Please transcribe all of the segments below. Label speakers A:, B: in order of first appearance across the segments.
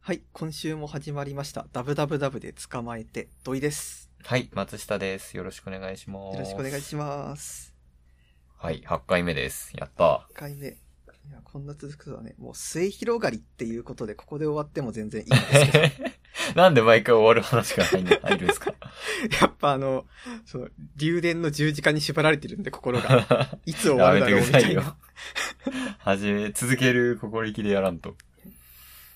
A: はい、今週も始まりました。ダブダブダブで捕まえて、土井です。
B: はい、松下です。よろしくお願いします。
A: よろしくお願いし
B: ま
A: ます。
B: す。はい、8回目です。やった
A: 1回目。いや、こんな続くとはね、もう末広がりっていうことで、ここで終わっても全 然いいんですけど、
B: ー。なんで毎回終わる話が入ん入るんですか
A: やっぱあの、その、留電の十字架に縛られてるんで、心が。いつ 終わるだろうみた
B: やめてください
A: い
B: よ
A: な。
B: 始め、続ける心意気でやらんと。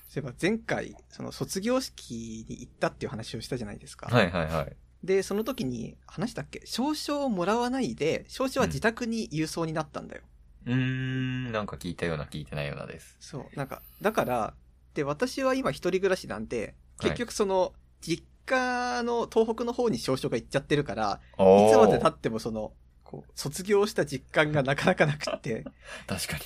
A: そういえば前回、その卒業式に行ったっていう話をしたじゃないですか。
B: はいはいはい。
A: で、その時に、話したっけ少々をもらわないで、少々は自宅に郵送になったんだよ。
B: うーん、なんか聞いたような聞いてないようなです。
A: そう。なんか、だから、で、私は今一人暮らしなんで、結局その、実家の東北の方に少々が行っちゃってるから、い
B: おー
A: つまで経ってもその、こう、卒業した実感がなかなかなく って、
B: 確かに。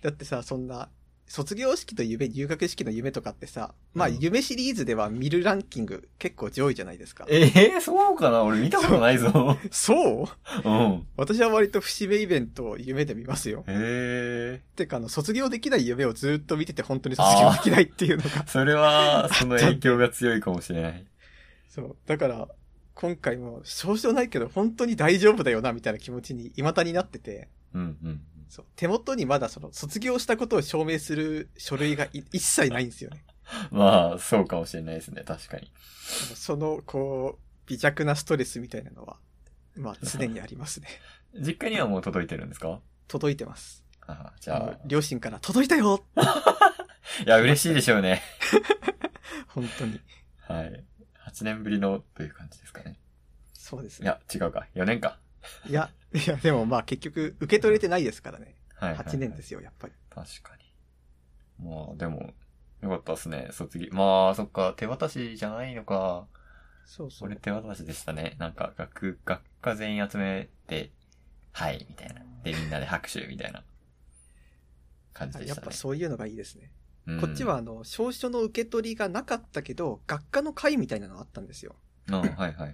A: だってさ、そんな、卒業式と夢、入学式の夢とかってさ、まあ、
B: うん
A: 夢シリーズでは見るランキング結構上位じゃないですか。
B: えー、そうかな俺見たことないぞ。
A: そう
B: うん。
A: 私は割と節目イベントを夢で見ますよ。
B: え
A: てか、あの、卒業できない夢をずっと見てて本当に卒業できないっていうのが
B: ー。それは、その影響が強いかもしれない。
A: そう。だから、今回も少々ないけど、本当に大丈夫だよな、みたいな気持ちに未だになってて、
B: うんうん。
A: そう。手元にまだその、卒業したことを証明する書類がい一切ないんですよね。
B: まあ、そうかもしれないですね。確かに。
A: その、こう、微弱なストレスみたいなのは、まあ、常にありますね。
B: 実家にはもう届いてるんですか
A: 届いてます。
B: あーじ
A: あ
B: ゃ
A: の
B: あ、
A: 両親から届いたよ
B: いや、嬉しいでしょうね。
A: 本当に。
B: はい。8年ぶりのという感じですかね。
A: そうです
B: い
A: ね。
B: や、違うか。4年か。
A: いや、いや、でもまあ結局、受け取れてないですからね。
B: はいはい、
A: 8年ですよ、やっぱり。
B: 確かに。まあ、でも、よかったですね。卒業。まあ、そっか。手渡しじゃないのか。
A: そうそ
B: 俺
A: う。
B: 手渡しでしたね。なんか、学、学科全員集めて、はい、みたいな。で、みんなで拍手、みたいな。感じ
A: や
B: でし
A: った
B: ね
A: ぱ。そういうのがいいですね。
B: うん
A: こっちは、あ、の、証書の受け取りがなかったけど、学科の会みたいなのあったんですよ。
B: うん、はいはい はい。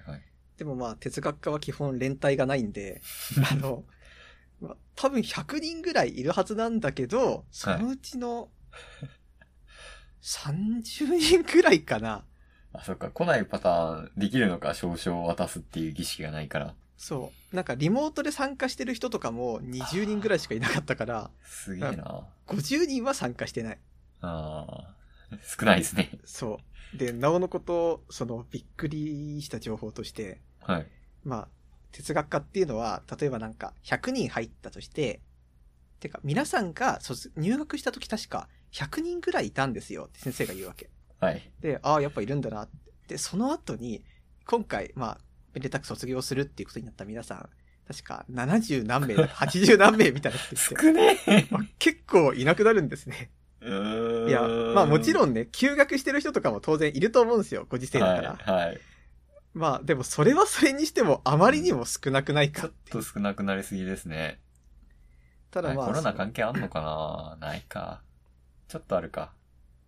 A: でもまあ、哲学科は基本連帯がないんで、あの、まあ、多分100人ぐらいいるはずなんだけど、そのうちの30人ぐらいかな。
B: あ、そっか。来ないパターン、できるのか、証書を渡すっていう儀式がないから。
A: そう。なんかリモートで参加してる人とかも20人ぐらいしかいなかったから、
B: すげえな。
A: 50人は参加してない。
B: ああ、少ないですね。
A: そう。で、なおのこと、その、びっくりした情報として、
B: はい。
A: まあ、哲学科っていうのは、例えばなんか、100人入ったとして、てか、皆さんが卒入学した時確か、100人ぐらいいたんですよって先生が言うわけ。
B: はい。
A: で、ああ、やっぱいるんだなって。で、その後に、今回、まあ、めでたく卒業するっていうことになった皆さん、確か70何名、80何 名みたいなって言って、
B: 少ね え。
A: まあ、結構いなくなるんですね。いや、まあもち
B: ん
A: ろんね、休学してる人とかも当然いると思うんですよ、ご時世だから。
B: はい。はい。
A: まあ、でもそれはそれにしても、あまりにも少なくないか
B: ちょっと少なくなりすぎですね。
A: ただまあ、
B: はいコロナ
A: その
B: 関係あんのかなないか。ちょっとあるか。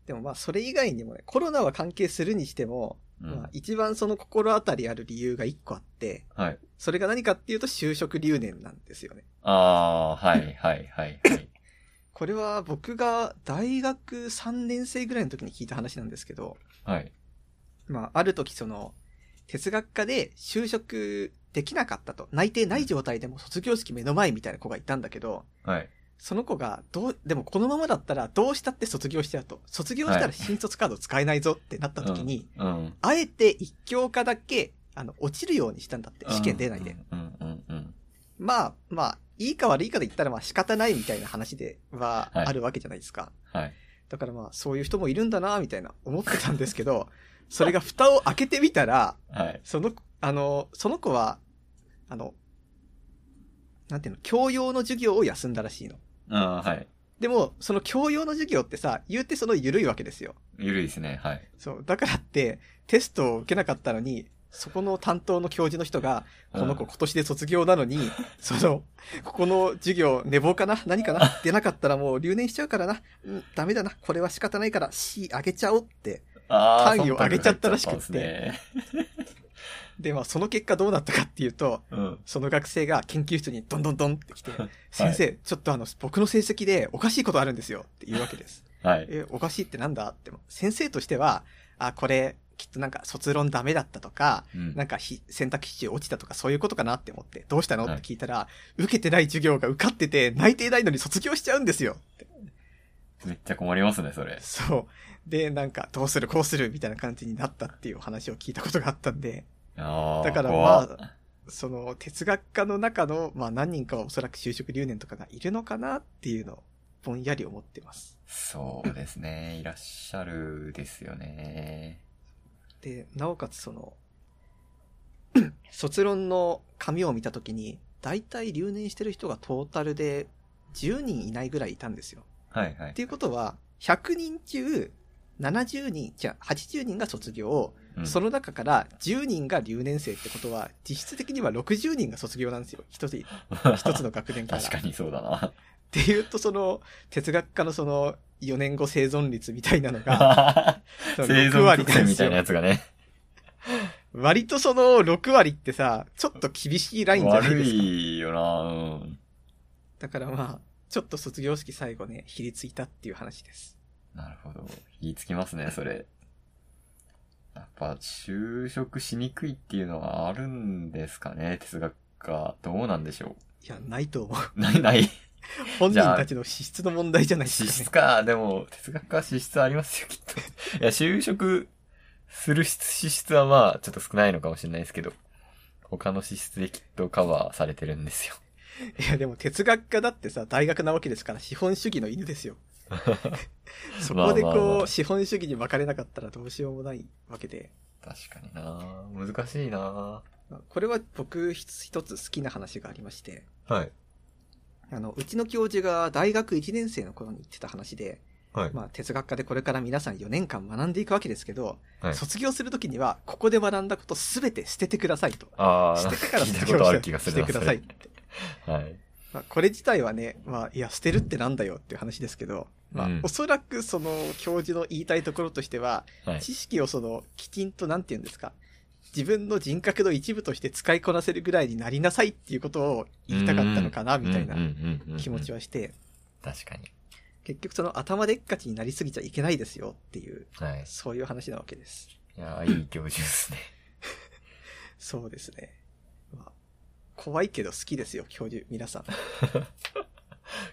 A: でもまあそれ以外にもね、コロナは関係するにしても、
B: うん。
A: まあ一番その心当たりある理由が一個あって、
B: はい。
A: それが何かっていうと就職留年なんですよね。
B: ああー、はい、はい、はい、はい。
A: これは僕が大学3年生ぐらいの時に聞いた話なんですけど、
B: はい。
A: まあある時その、哲学科で就職できなかったと、内定ない状態でも卒業式目の前みたいな子がいたんだけど、
B: はい。
A: その子が、どう、でもこのままだったらどうしたって卒業しちゃうと、卒業したら新卒カード使えないぞってなった時に、
B: うん。
A: あえて一教科だけ、あの、落ちるようにしたんだって、試験出ないで。。
B: うん、うん、うん。
A: まあ、まあ、いいか悪いかで言ったら、まあ仕方ないみたいな話では
B: はい
A: あるわけじゃないですか。
B: はい。
A: だからまあ、そういう人もいるんだな、みたいな思ってたんですけど、それが蓋を開けてみたら、
B: はい。
A: その、あの、その子は、あの、なんていうの、教養の授業を休んだらしいの。
B: ああー、はい。
A: でも、その教養の授業ってさ、言うてその緩いわけですよ。
B: ゆるいですね。はい。
A: そう。だからって、テストを受けなかったのに、そこの担当の教授の人が、
B: うん
A: この子今年で卒業なのに、 その、ここの授業寝坊かな何かな出なかったらもう留年しちゃうからな。うん、ダメだな。これは仕方ないから C あげちゃおうって。
B: ああ、
A: 単位を上げちゃったらしくて
B: そっかそうですね
A: で、まあその結果どうなったかっていうと、
B: うん。
A: その学生が研究室 にどんどんどんって来て、先生、ちょっとあの、僕の成績でおかしいことあるんですよって言うわけです。
B: はい。
A: え、おかしいってなんだって、先生としては、あ、これ、きっとなんか卒論ダメだったとか、
B: うん
A: なんかひ選択肢落ちたとかそういうことかなって思って、どうしたのって聞いたら、受けてない授業が受かってて、内定ないのに卒業しちゃうんですよ。
B: めっちゃ困りますね、それ。
A: そう。で、なんか、どうするこうするみたいな感じになったっていう話を聞いたことがあったんで、
B: あー
A: だから
B: 怖っ
A: まその哲学家の中の、まあ何人かはおそらく就職留年とかがいるのかなっていうのを、ぼんやり思ってます。
B: そうですね。いらっしゃるですよね。
A: で、なおかつその、 卒論の紙を見たときに、大体留年してる人がトータルで10人いないぐらいいたんですよ。
B: はいはい
A: っ。ていうことは、100人中、70人、じゃあ80人が卒業、
B: うん
A: その中から10人が留年生ってことは、実質的には60人が卒業なんですよ。一つ、一つの学年から。
B: 確かにそうだな。
A: っていうと、その、哲学家のその、4年後生存率みたいなの が、
B: 生
A: その6
B: 存
A: 割
B: 特
A: なん
B: 典
A: で
B: み
A: す
B: たい
A: よ
B: なや。つがね、
A: 割とその、6割ってさ、ちょっと厳しいラインじゃない
B: 悪
A: ですか。
B: いよな。うん。
A: だからまあ、ちょっと卒業式最後ね、ひりついたっていう話です。
B: なるほど。言いつきますね、それ。やっぱ、就職しにくいっていうのはあるんですかね、哲学科。どうなんでしょ
A: いや、ないと思う。
B: う。ないない。
A: 本人たちの資質の問題じゃないです
B: 資
A: かね
B: 質。か。でも、哲学科は資質ありますよ、きっ と。いや、就職する資質はまあ、ちょっと少ないのかもしれないですけど、他の資質できっとカバーされてるんですよ。
A: いや、でも哲学家だってさ、大学なわけですから、資本主義の犬ですよ。そこで
B: まあまあ
A: こ
B: ま
A: う、
B: あ
A: 資本主義に巻かれなかったらどうしようもないわけで。
B: 確かにな難しいな
A: これは僕ひつ一つ好きな話がありまして、
B: はい。
A: あの、うちの教授が大学1年生の頃に言ってた話で、
B: はい
A: まあ哲学家でこれから皆さん4年間学んでいくわけですけど、
B: はい
A: 卒業するときには、ここで学んだことすべて捨ててくださいと。
B: あー
A: 捨
B: なん
A: て
B: か
A: てから
B: 聞い
A: 卒
B: たこ
A: 業
B: とあ
A: し
B: る
A: て
B: 気がす
A: し
B: る
A: て
B: な
A: くださいっ。て。
B: それはい。
A: まあ、これ自体はね、まあ、いや、捨てるってなんだよっていう話ですけど、まあ、
B: うん
A: おそらくその教授の言いたいところとしては、
B: はい。
A: 知識をその、きちんとなんて言うんですか、自分の人格の一部として使いこなせるぐらいになりなさいっていうことを言いたかったのかな、みたいな気持ち
B: は。
A: はして、
B: 確かに。
A: 結局その頭でっかちになりすぎちゃいけないですよっていう、
B: はい。
A: そういう話なわけです。
B: いやー、いい教授ですね。
A: そうですね。まあ、怖いけど好きですよ、教授、皆さん。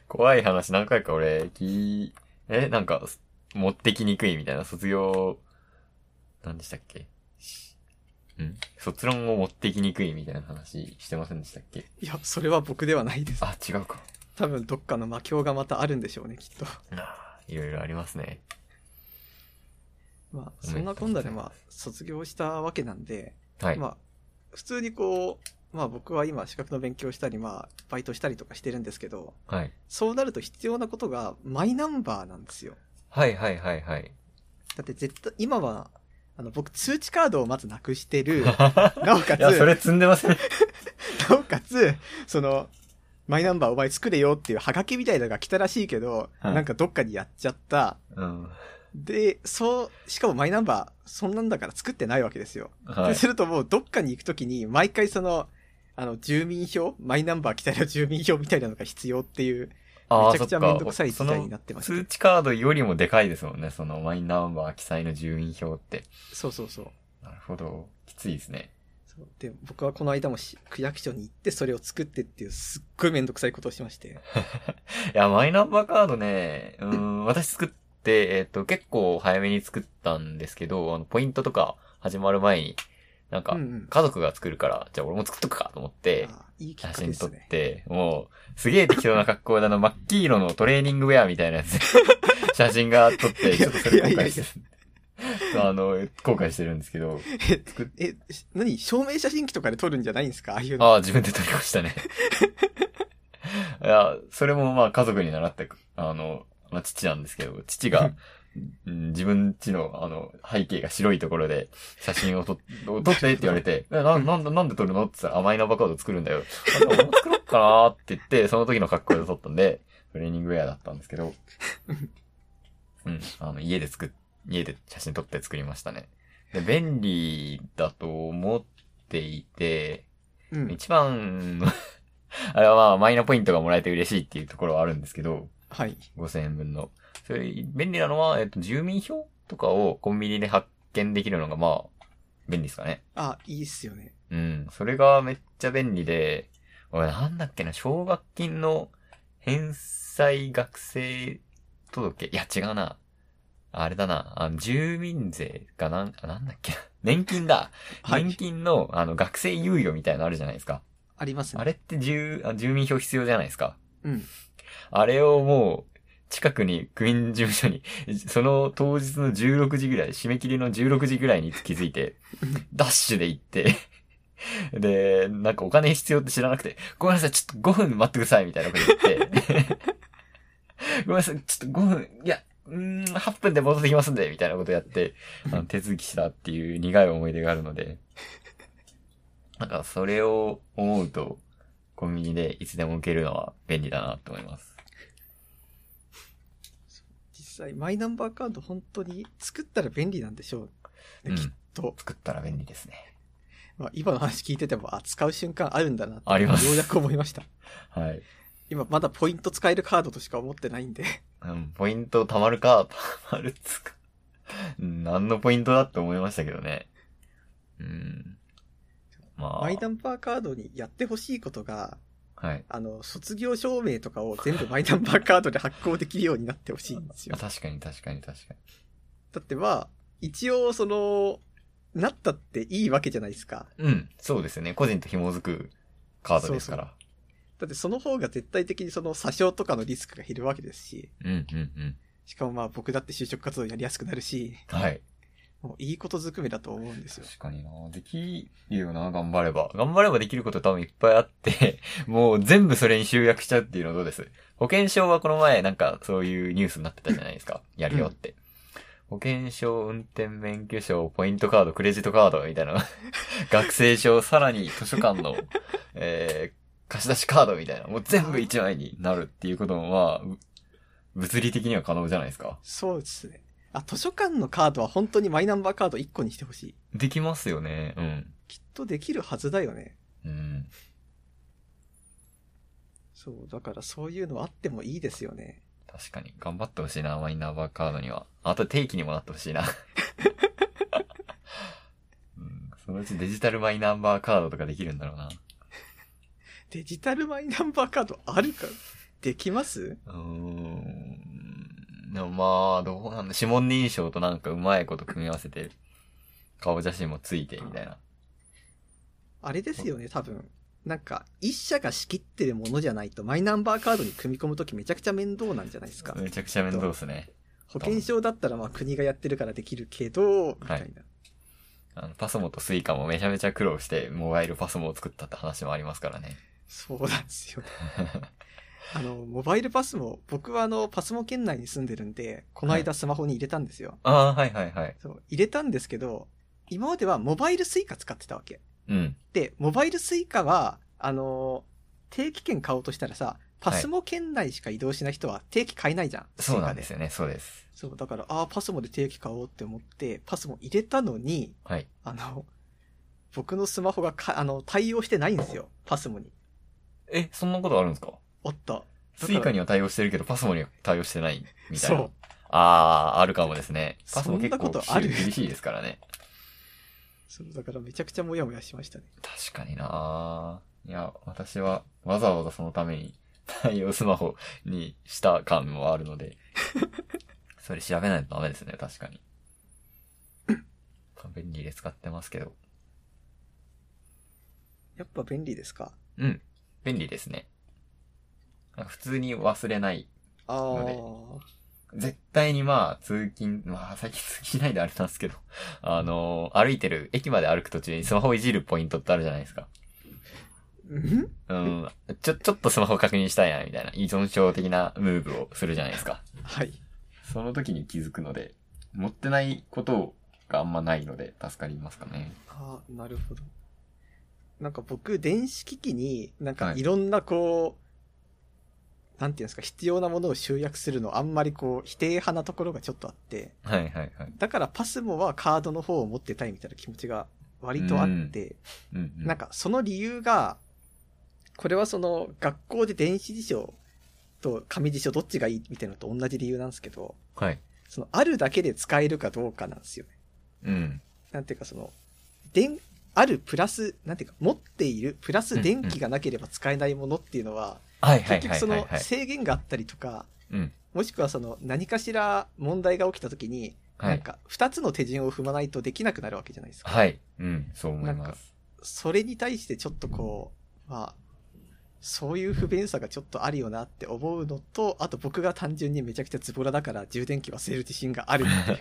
B: 怖い話何回か俺、き、え、なんか、す持ってきにくいみたいな、卒業、何でしたっけしん卒論を持ってきにくいみたいな話してませんでしたっけ
A: いや、それは僕ではないです。
B: あ、違うか。
A: 多分どっかの魔境がまたあるんでしょうね、きっと。
B: あーいろいろありますね。
A: まあ、
B: うん
A: そんなこんなでまあ、卒業したわけなんで、
B: はい。
A: まあ、普通にこう、まあ僕は今資格の勉強したり、まあ、バイトしたりとかしてるんですけど、
B: はい。
A: そうなると必要なことがマイナンバーなんですよ。
B: はいはいはいはい。
A: だって絶対、今は、あの、僕通知カードをまずなくして る。
B: い
A: なおかつ、
B: や、それ積んでません。
A: なおかつ、その、マイナンバーお前作れよっていうハガキみたいなのが来たらしいけど、
B: はい
A: なんかどっかにやっちゃった。
B: うん。
A: で、そう、しかもマイナンバー、そんなんだから作ってないわけですよ。
B: は
A: で
B: い。
A: するともうどっかに行くときに、毎回その、あの、住民票マイナンバー来たら 住民票みたいなのが必要っていう、
B: あー
A: めちゃくちゃ
B: そっか
A: めんどくさい時代になってまし
B: そ
A: た
B: の通知カードよりもでかいですもんね。そのマイナンバー記載の住民票って。
A: そうそうそう。
B: なるほど。きついですね。
A: そうで、僕はこの間もし区役所に行ってそれを作ってっていうすっごいめんどくさいことをしまして。
B: いや、マイナンバーカードね、う ーん、私作って、えっ、と、結構早めに作ったんですけど、あの、ポイントとか始まる前に、なんか
A: うんう、ん。
B: 家族が作るから、じゃあ俺も作っとくかと思って、
A: あーいいきっ
B: 写
A: かけで
B: 真撮
A: す
B: っ
A: ね。
B: て、もう、すげえ適当な格好 で、あの、真っ黄色のトレーニングウェアみたいなやつ、写真が撮って、ちょっとそれ後悔して る。あの、後悔してるんですけど、
A: え、し何証明写真機とかで撮るんじゃないんですかああいうの。
B: ああ、自分で撮りましたね。いや、それもまあ家族に習ってく、あの、まあ父なんですけど、父が、うん自分家の、あの、背景が白いところで写真を撮っ撮撮ってって言われて、えななんで、なんで撮るのって言ったら、甘いナンバーカード作るんだよ。あ俺も作ろうかなーって言って、その時の格好で撮ったんで、トレーニングウェアだったんですけど、うん、あの、家で作っ、家で写真撮って作りましたね。で、便利だと思っていて、
A: うん。
B: 一番の、 あれはまあ、マイナポイントがもらえて嬉しいっていうところはあるんですけど、
A: はい。
B: 5000円分の。それ、便利なのは、えっと、住民票とかをコンビニで発見できるのが、まあ、便利ですかね。
A: あ、いいっすよね。
B: うん。それがめっちゃ便利で、俺なんだっけな、奨学金の返済学生届。いや、違うな。あれだな。あの、住民税がなん、あなんだっけな。年金だ。
A: はい
B: 年金の、あの、学生猶予みたいなのあるじゃないですか。
A: ありますね。
B: あれって住、あ住民票必要じゃないですか。
A: うん。
B: あれをもう、近くに区民事務所に、その当日の16時ぐらい、締め切りの16時ぐらいに気づいて、ダッシュで行って、で、なんかお金必要って知らなくて、ごめんなさい、ちょっと5分待ってください、みたいなこと言って、ごめんなさい、ちょっと5分、いや、うーん、8分で戻ってきますんで、みたいなことやって、あの手続きしたっていう苦い思い出があるので、なんかそれを思うと、コンビニでいつでも受けるのは便利だなと思います。
A: 実際、マイナンバーカード本当に作ったら便利なんでしょうね、
B: うん
A: きっと。
B: 作ったら便利ですね。
A: まあ、今の話聞いてても、あ、使う瞬間あるんだなって
B: あります
A: ようやく思いました。
B: はい。
A: 今、まだポイント使えるカードとしか思ってないんで。
B: うん、ポイント貯まるか、貯まるっつうか。うん何のポイントだって思いましたけどね。うん。ま
A: マイナンバーカードにやってほしいことが、
B: あ、はい。
A: あの、卒業証明とかを全部マイナンバーカードで発行できるようになってほしいんですよ
B: あ。確かに確かに確かに。
A: だってまあ、一応その、なったっていいわけじゃないですか。
B: うん、そうですよね。個人と紐づくカードですから。
A: だってその方が絶対的にその詐称とかのリスクが減るわけですし、
B: うん、うん、
A: しかもまあ僕だって就職活動やりやすくなるし、
B: うん。はい。
A: もういいことずくめだと思うんですよ。
B: 確かになできるよな頑張れば。頑張ればできること多分いっぱいあって、 もう全部それに集約しちゃうっていうのはどうです保険証はこの前なんかそういうニュースになってたじゃないですか。やるよって。保険証、運転免許証、ポイントカード、クレジットカードみたいな。 学生証、さらに図書館 の、えー、貸し出しカードみたいな。もう全部1枚になるっていうこともまあ、う物理的には可能じゃないですか。
A: そうですね。あ、図書館のカードは本当にマイナンバーカード1個にしてほしい。
B: できますよね。うん。
A: きっとできるはずだよね。
B: うん。
A: そう、だからそういうのあってもいいですよね。
B: 確かに。頑張ってほしいな、マイナンバーカードには。あと定期にもなってほしい な、うん。そのうちデジタルマイナンバーカードとかできるんだろうな。
A: デジタルマイナンバーカードあるかできます
B: うーん。でもまあ、どうなんだ。指紋認証となんかうまいこと組み合わせて、顔写真もついて、みたいな。
A: あれですよね、多分。なんか、一社が仕切ってるものじゃないと、マイナンバーカードに組み込むときめちゃくちゃ面倒なんじゃないですか。
B: めちゃくちゃ面倒ですね。
A: 保険証だったらまあ国がやってるからできるけど、みたいな。
B: あの、パスモとスイカもめちゃめちゃ苦労して、モバイルパスモを作ったって話もありますからね。
A: そうなんですよ。あの、モバイルパスも、僕はあの、パスモ圏内に住んでるんで、この間スマホに入れたんですよ。
B: ああ、はいはいはい。
A: そう、入れたんですけど、今まではモバイルスイカ使ってたわけ。
B: うん。
A: で、モバイルスイカは、あのー定期券買おうとしたらさ、パスモ圏内しか移動しない人は定期買えないじゃん。
B: そうなんで
A: スイ
B: すよね。そうで
A: カ
B: す。
A: で。そう、だから、ああ、パスモで定期買おうって思って、パスモ入れたのに、
B: はい。
A: あの、僕のスマホがか、あの、対応してないんですよ。パスモに。
B: え、そんなことあるんですか
A: おった。
B: スイカには対応してるけど、パスモには対応してないみたい
A: そ
B: な。
A: う。
B: あー、あるかもですね。パスモ結
A: そん
B: 構
A: なことある
B: 厳しいですからね。
A: そう、だからめちゃくちゃモヤモヤしましたね。
B: 確かにないや、私はわざわざそのために対応スマホにした感もあるの で、それ調べないとダメですね、確かに。便利で使ってますけど。
A: やっぱ便利ですか
B: うん。便利ですね。なんか普通に忘れない
A: ああ
B: ので。絶対にまあ、通勤、まあ、最近通勤しないであれなんですけど、 あのー歩いてる、駅まで歩く途中にスマホいじるポイントってあるじゃないですか。
A: うん
B: うん、ちょ、ちょっとスマホ確認したいな、みたいな、依存症的なムーブをするじゃないですか。
A: はい。
B: その時に気づくので、持ってないことがあんまないので、助かりますかね。
A: ああ、なるほど。なんか僕、電子機器に、なんか
B: はい
A: いろんなこう、なんていうんですか、必要なものを集約するの、あんまりこう、否定派なところがちょっとあって、
B: はいはいはい。
A: だからパスモはカードの方を持ってたいみたいな気持ちが割とあって、
B: うん、うん。
A: なんかその理由が、これはその、学校で電子辞書と紙辞書どっちがいいみたいなのと同じ理由なんですけど、
B: はい。
A: そのあるだけで使えるかどうかなんですよね。
B: うん。
A: なんていうかその、電、あるプラス、なんていうか持っているプラス電気がなければ使えないものっていうのは、
B: はいはい
A: 結局
B: はい
A: そ
B: はい
A: の
B: はい。
A: 制限があったりとか、
B: うん。
A: もしくはその何かしら問題が起きた時に、
B: は
A: なん
B: い。
A: か2つの手順を踏まないとできなくなるわけじゃないですか。
B: はい。うん。そう思い
A: なん
B: ま
A: か
B: す。
A: それに対してちょっとこう、まあ、そういう不便さがちょっとあるよなって思うのと、あと僕が単純にめちゃくちゃズボラだから充電器忘れる自信があるっていう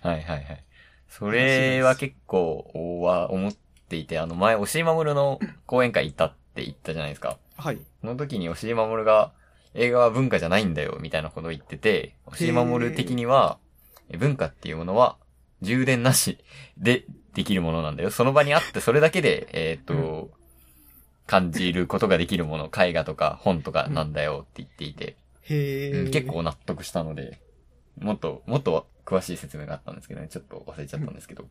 B: はいはいはい。それは結構、おは思っていて、あの前、押井守の講演会行ったって言ったじゃないですか。
A: はい。
B: その時に押井守が、映画は文化じゃないんだよ、みたいなことを言ってて、押井守的には、文化っていうものは、充電なしで できるものなんだよ。その場にあって、それだけで、えっ、と、感じることができるもの、絵画とか本とかなんだよって言っていて、
A: へ
B: う
A: ー
B: ん結構納得したので、もっと、もっと詳しい説明があったんですけどね、ちょっと忘れちゃったんですけど、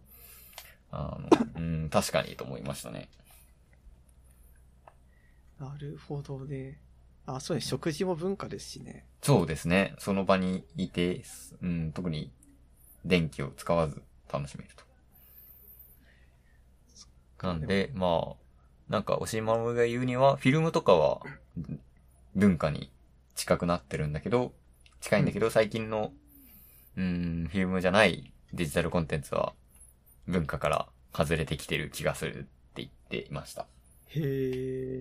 B: あの、うん、確かにと思いましたね。
A: なるほどね。あ、そうね、食事も文化ですしね。
B: そうですね。その場にいて、うん、特に電気を使わず楽しめると。なんで、まあ、なんか、押井守が言うには、フィルムとかは、うん文化に近くなってるんだけど、近いんだけど、最近の、うん、フィルムじゃないデジタルコンテンツは、文化から外れてきてる気がするって言っていました。
A: へ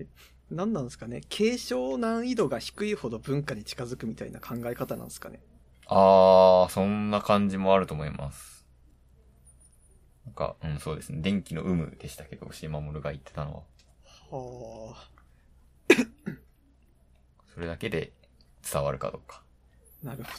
A: え。何なんですかね継承難易度が低いほど文化に近づくみたいな考え方なんですかね
B: あー、そんな感じもあると思います。なんか、うん、そうですね。電気の有無でしたけど、押井守が言ってたのは、
A: はあ。
B: それだけで伝わるかどうか。
A: なるほ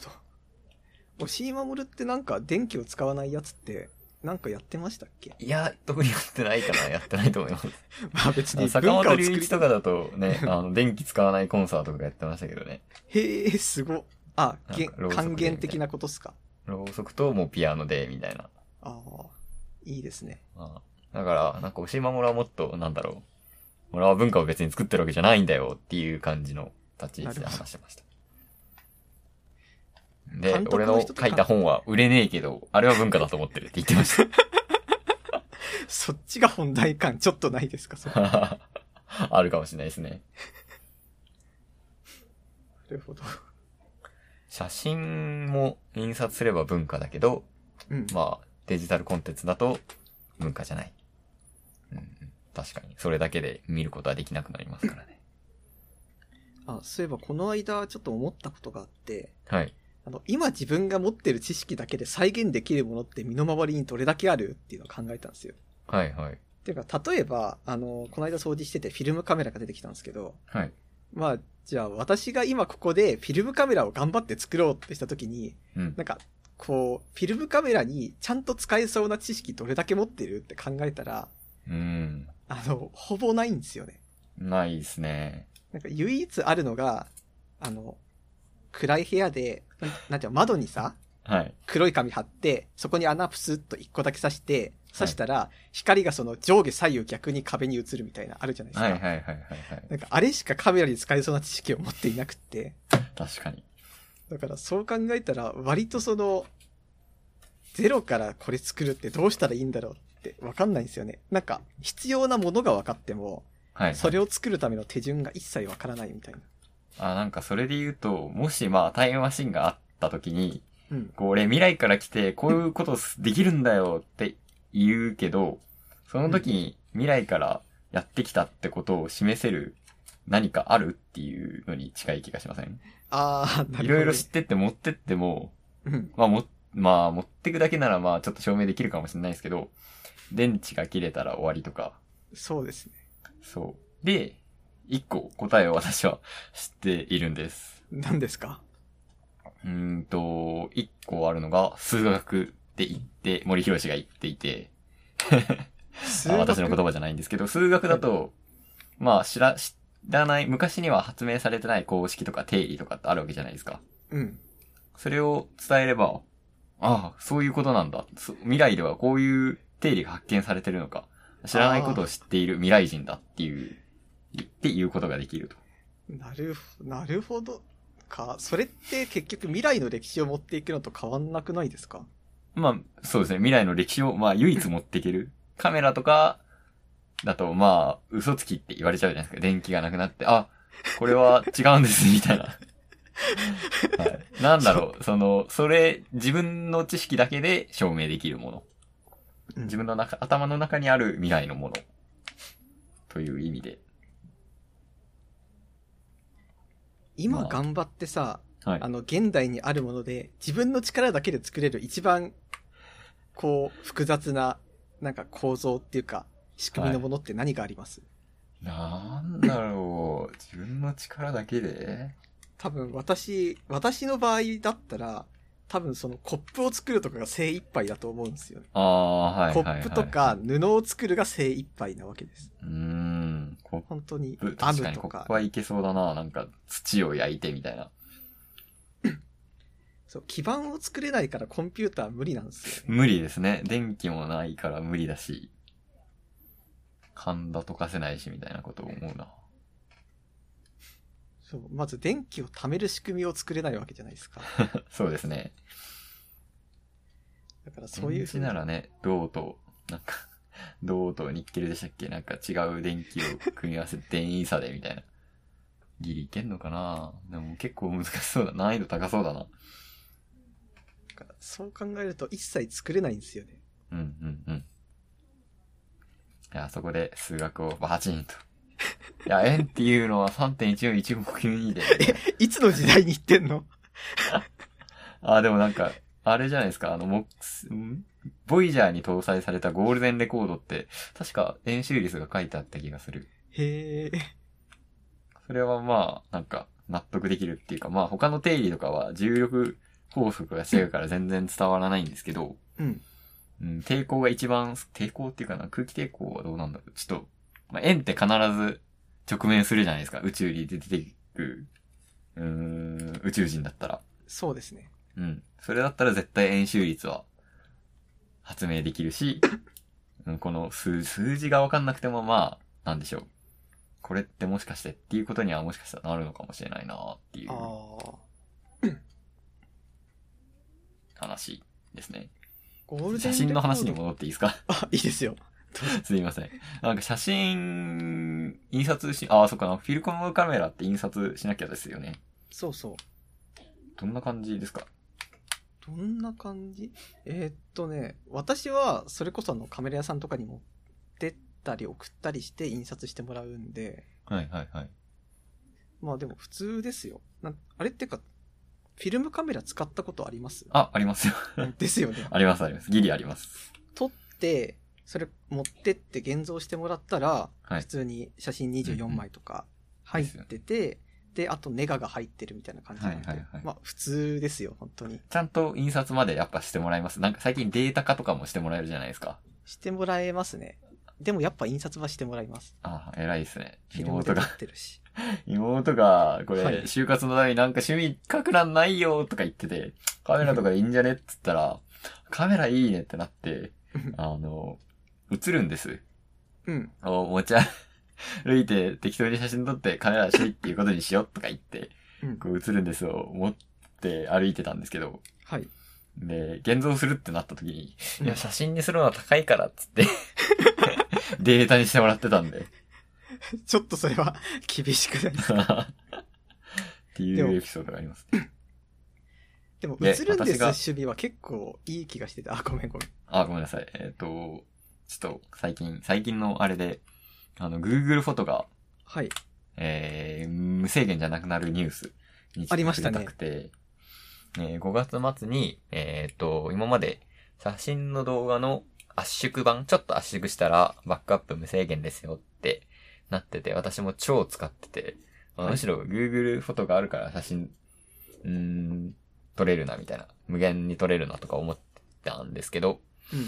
A: ど。押井守ってなんか電気を使わないやつって、なんかやってましたっけ
B: いや、特にやってないかな、やってないと思います。
A: まあ別
B: あの
A: に
B: 坂
A: 文化
B: 本
A: を
B: 龍
A: 作り
B: 一と
A: た
B: かだと ね、あの、電気使わないコンサートとかやってましたけどね。
A: へえ、すごっ。あ、げ
B: なんかろうそくで
A: 還元的なことっすか。
B: ろうそくともうピアノで、みたいな。
A: ああ、いいですね。
B: まあ、だから、なんか押井守はもっと、なんだろう。俺は文化を別に作ってるわけじゃないんだよっていう感じの立ち位置で話してました。で
A: 監、督
B: 俺
A: の
B: の
A: 人と
B: 書いた本は売れねえけど、あれは文化だと思ってるって言ってまし
A: そっちが本題感ちょっとないですかそれな
B: た。あるかもしれないですね。
A: るほど。
B: 写真も印刷すれば文化だけど、
A: うん。
B: まあ、デジタルコンテンツだと文化じゃない。うんうん、確かに。それだけで見ることはできなくなりますからね。
A: あ、そういえばこの間ちょっと思ったことがあって、
B: はい。
A: あの、今自分が持ってる知識だけで再現できるものって身の回りにどれだけあるっていうのを考えたんですよ。
B: はいはい。
A: っていうか、例えば、あの、この間掃除しててフィルムカメラが出てきたんですけど、
B: はい。
A: まあ、じゃあ私が今ここでフィルムカメラを頑張って作ろうとした時に、
B: うん。
A: なんか、こう、フィルムカメラにちゃんと使えそうな知識どれだけ持ってるって考えたら、
B: うん。
A: あの、ほぼないんですよね。
B: ないですね。
A: なんか唯一あるのが、あの、暗い部屋で、なんなんていうの、窓にさ、
B: はい。
A: 黒い紙貼って、そこに穴プスッと一個だけ刺して、刺したら、光がその上下左右逆に壁に映るみたいな、あるじゃないですか。
B: はいはいはいはい、はい。
A: なんかあれしかカメラに使えそうな知識を持っていなくって。
B: 確かに。
A: だからそう考えたら、割とその、ゼロからこれ作るってどうしたらいいんだろうってわかんないんですよね。なんか、必要なものが分かっても、
B: はい。
A: それを作るための手順が一切わからないみたいな。
B: あ、なんかそれで言うと、もしまあタイムマシンがあった時に、
A: うん。
B: こう俺未来から来てこういうことできるんだよって言うけど、その時に未来からやってきたってことを示せる何かあるっていうのに近い気がしません
A: あー、なるほど、ね。
B: いろいろ知ってって持ってっても、
A: うん。
B: まあも、まあ持ってくだけならまあちょっと証明できるかもしれないですけど、電池が切れたら終わりとか、
A: そうですね。
B: そう。で、一個答えを私は知っているんです。
A: 何ですか
B: うーんと、一個あるのが、数学って言って、森博が言っていて、
A: 数
B: あ私の言葉じゃないんですけど、数学だと、まあ知ら、知らない、昔には発明されてない公式とか定理とかってあるわけじゃないですか。
A: うん。
B: それを伝えれば、ああ、そういうことなんだ。そ未来ではこういう定理が発見されてるのか。知らないことを知っている未来人だっていう、っていうことができると。
A: なるほ、なるほど。か、それって結局未来の歴史を持っていくのと変わんなくないですか
B: まあ、そうですね。未来の歴史を、まあ、唯一持っていける。カメラとか、だと、まあ、嘘つきって言われちゃうじゃないですか。電気がなくなって、あ、これは違うんです、みたいな。はい、なんだろう、その、それ、自分の知識だけで証明できるもの。
A: うん
B: 自分の中、頭の中にある未来のもの。という意味で。
A: 今
B: まあ
A: 頑張ってさ、
B: はい
A: あ。の、現代にあるもので、自分の力だけで作れる一番、こう、複雑な、なんか構造っていうか、仕組みのものって何があります、
B: なんだろう、自分の力だけで
A: 多分私、私の場合だったら、多分そのコップを作るとかが精一杯だと思うんですよね。
B: ああ、はいはいはい、はい。
A: コップとか布を作るが精一杯なわけです。
B: うーん、コッ
A: 本当に
B: プ、、
A: ア
B: 確か
A: ム
B: に
A: と
B: コッ
A: か
B: プ、はいけそうだな。なんか、土を焼いてみたいな。
A: そう、基盤を作れないからコンピューター無理なんですよね。
B: 無理ですね。電気もないから無理だし、神田溶かせないし、みたいなことを思うな。
A: そう、まず電気を貯める仕組みを作れないわけじゃない ですか。
B: そうですね。
A: だからそ
B: そうう
A: い
B: いうう
A: ふう
B: ならね、銅と、なんか、 銅とニッケルでしたっけなんか違う電気を組み合わせて電位差でみたいな。ギリいけんのかなでも結構難しそうだ。難易度高そうだな。
A: だからそう考えると一切作れないんですよね。
B: うんうんうん。いや、そこで数学をバチンと。いや、円っていうのは3.141592で。
A: いつの時代に行ってんの
B: あ、でもなんか、あれじゃないですか、あの、モックス、んボイジャーに搭載されたゴールデンレコードって、確か円周率が書いてあった気がする。
A: へえ。
B: それはまあ、なんか、納得できるっていうか、まあ他の定理とかは重力法則が違うから全然伝わらないんですけど、
A: うん。
B: うん、抵抗が一番、抵抗っていうかな、空気抵抗はどうなんだろう。ちょっと、まあ、円って必ず直面するじゃないですか、宇宙に出てくる、うーん、宇宙人だったら。
A: そうですね。
B: うん。それだったら絶対円周率は発明でき るし、うん、この数数字がわかんなくてもまあ、なんでしょう。これってもしかしてっていうことにはもしかしたらなるのかもしれないなっていう
A: ああ。
B: 話ですね。
A: ゴールデンレコード
B: 写真の話に戻っていいですか
A: あ、いいですよ。
B: すいません。なんか写真、印刷し、ああ、そっかな。フィルコムカメラって印刷しなきゃですよね。
A: そうそう。
B: どんな感じですか
A: どんな感じえーっとね、私はそれこそあのカメラ屋さんとかに持ってったり送ったりして印刷してもらうんで、
B: はいはいはい。
A: まあでも普通ですよ。なんあれってか、フィルムカメラ使ったことあります
B: あ、ありますよ。
A: ですよね。
B: ありますあります。ギリあります。
A: 撮って、それ持ってって現像してもらったら、
B: はい
A: 普通に写真24枚とか入ってて、で、あとネガが入ってるみたいな感じなんで、
B: はいはいはい
A: まあ普通ですよ、本当に。
B: ちゃんと印刷までやっぱしてもらいます。なんか最近データ化とかもしてもらえるじゃないですか。
A: してもらえますね。でもやっぱ印刷はしてもらいます。
B: ああ、偉いですね。
A: フィルムで撮
B: 妹が、
A: ってるし。
B: 妹が、これ、
A: はい
B: 就活のためになんか趣味書く欄ないよとか言ってて、カメラとかでいいんじゃねって言ったら、カメラいいねってなって、あの、映るんです。
A: うん。
B: お持ち歩いて適当に写真撮ってカメラ趣味っていうことにしようとか言って、
A: うん。
B: こう映るんですを持って歩いてたんですけど、
A: はい。
B: で、現像するってなった時に、
A: うん
B: いや、写真にするのは高いからっつって、データにしてもらってたんで。
A: ちょっとそれは 厳しくないですか
B: っていうエピソードがあります。
A: でも
B: ね
A: 映るんです
B: 私が
A: 守備は結構いい気がしてて、あ、ごめんごめん。
B: あ、ごめんなさい。えっ、と、ちょっと最近、最近のあれで、あの、Google フォトが、
A: はい。
B: えー、無制限じゃなくなるニュースに
A: ありましたね
B: ちょっと触れたくて、えー5月末に、えっ、と、今まで写真の動画の圧縮版、ちょっと圧縮したらバックアップ無制限ですよってなってて、私も超使ってて、まあ
A: はい
B: むしろ Google フォトがあるから写真、うーん、撮れるなみたいな、無限に撮れるなとか思ってたんですけど、
A: うん。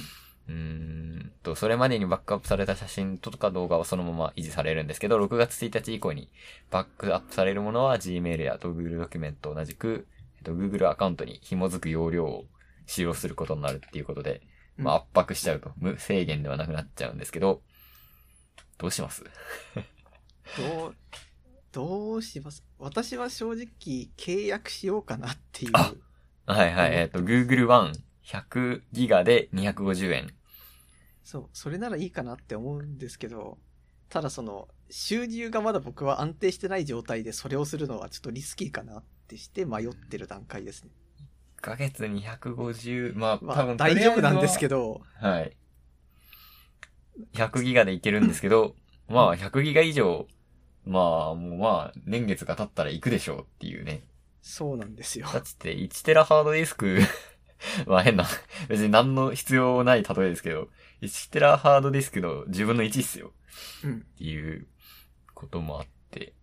B: うーんと、それまでにバックアップされた写真とか動画はそのまま維持されるんですけど、6月1日以降にバックアップされるものは Gmail やと Google ドキュメント同じく、えっと、Google アカウントに紐づく容量を使用することになるっていうことで、まあ圧迫しちゃうと、無制限ではなくなっちゃうんですけど、どうします
A: どう、どうします私は正直契約しようかなっていう。
B: あはいはい。
A: うん
B: えっ、と、Google One 100ギガで250円。
A: そう、それならいいかなって思うんですけど、ただその、収入がまだ僕は安定してない状態でそれをするのはちょっとリスキーかなってして迷ってる段階ですね。
B: 1ヶ月250、まあ、
A: ま
B: 多
A: あ
B: 分
A: 大丈夫なんですけ
B: ど。
A: ど、
B: はい。100ギガでいけるんですけど、まあ、100ギガ以上、まあ、もうまあ、年月が経ったら行くでしょうっていうね。
A: そうなんですよ。
B: だって1テラハードディスク、 まあ変な、別に何の必要もない例えですけど、1テラハードディスクの10分の1っすよ。
A: うん。
B: っていうこともあって。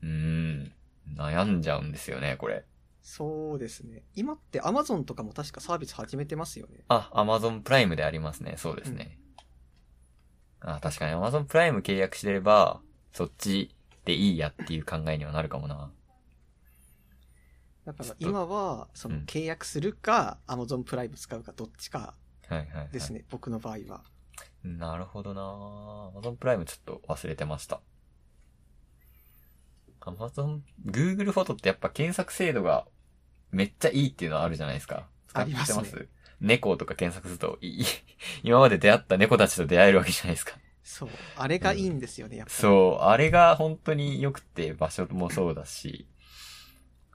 B: うーん。悩んじゃうんですよね、これ。
A: そうですね。今って Amazon とかも確かサービス始めてますよね。
B: あ、Amazon プライムでありますね。そうですね。あ、確かに Amazon プライム契約してれば、そっちでいいやっていう考えにはなるかもな。
A: だから
B: ちょっと
A: 今は、その
B: うん
A: 契約するか、Amazon プライム使うかどっちか
B: はいはい、はい。
A: ですね、僕の場合は。
B: なるほどな Amazon プライムちょっと忘れてました。Amazon、Google フォトってやっぱ検索精度がめっちゃいいっていうのはあるじゃないですか。
A: ありますね
B: 使って猫とか検索するといい、 今まで出会った猫たちと出会えるわけじゃないですか。
A: そう。あれがいいんですよね、やっぱり。
B: そう、あれが本当に良くて、場所もそうだし、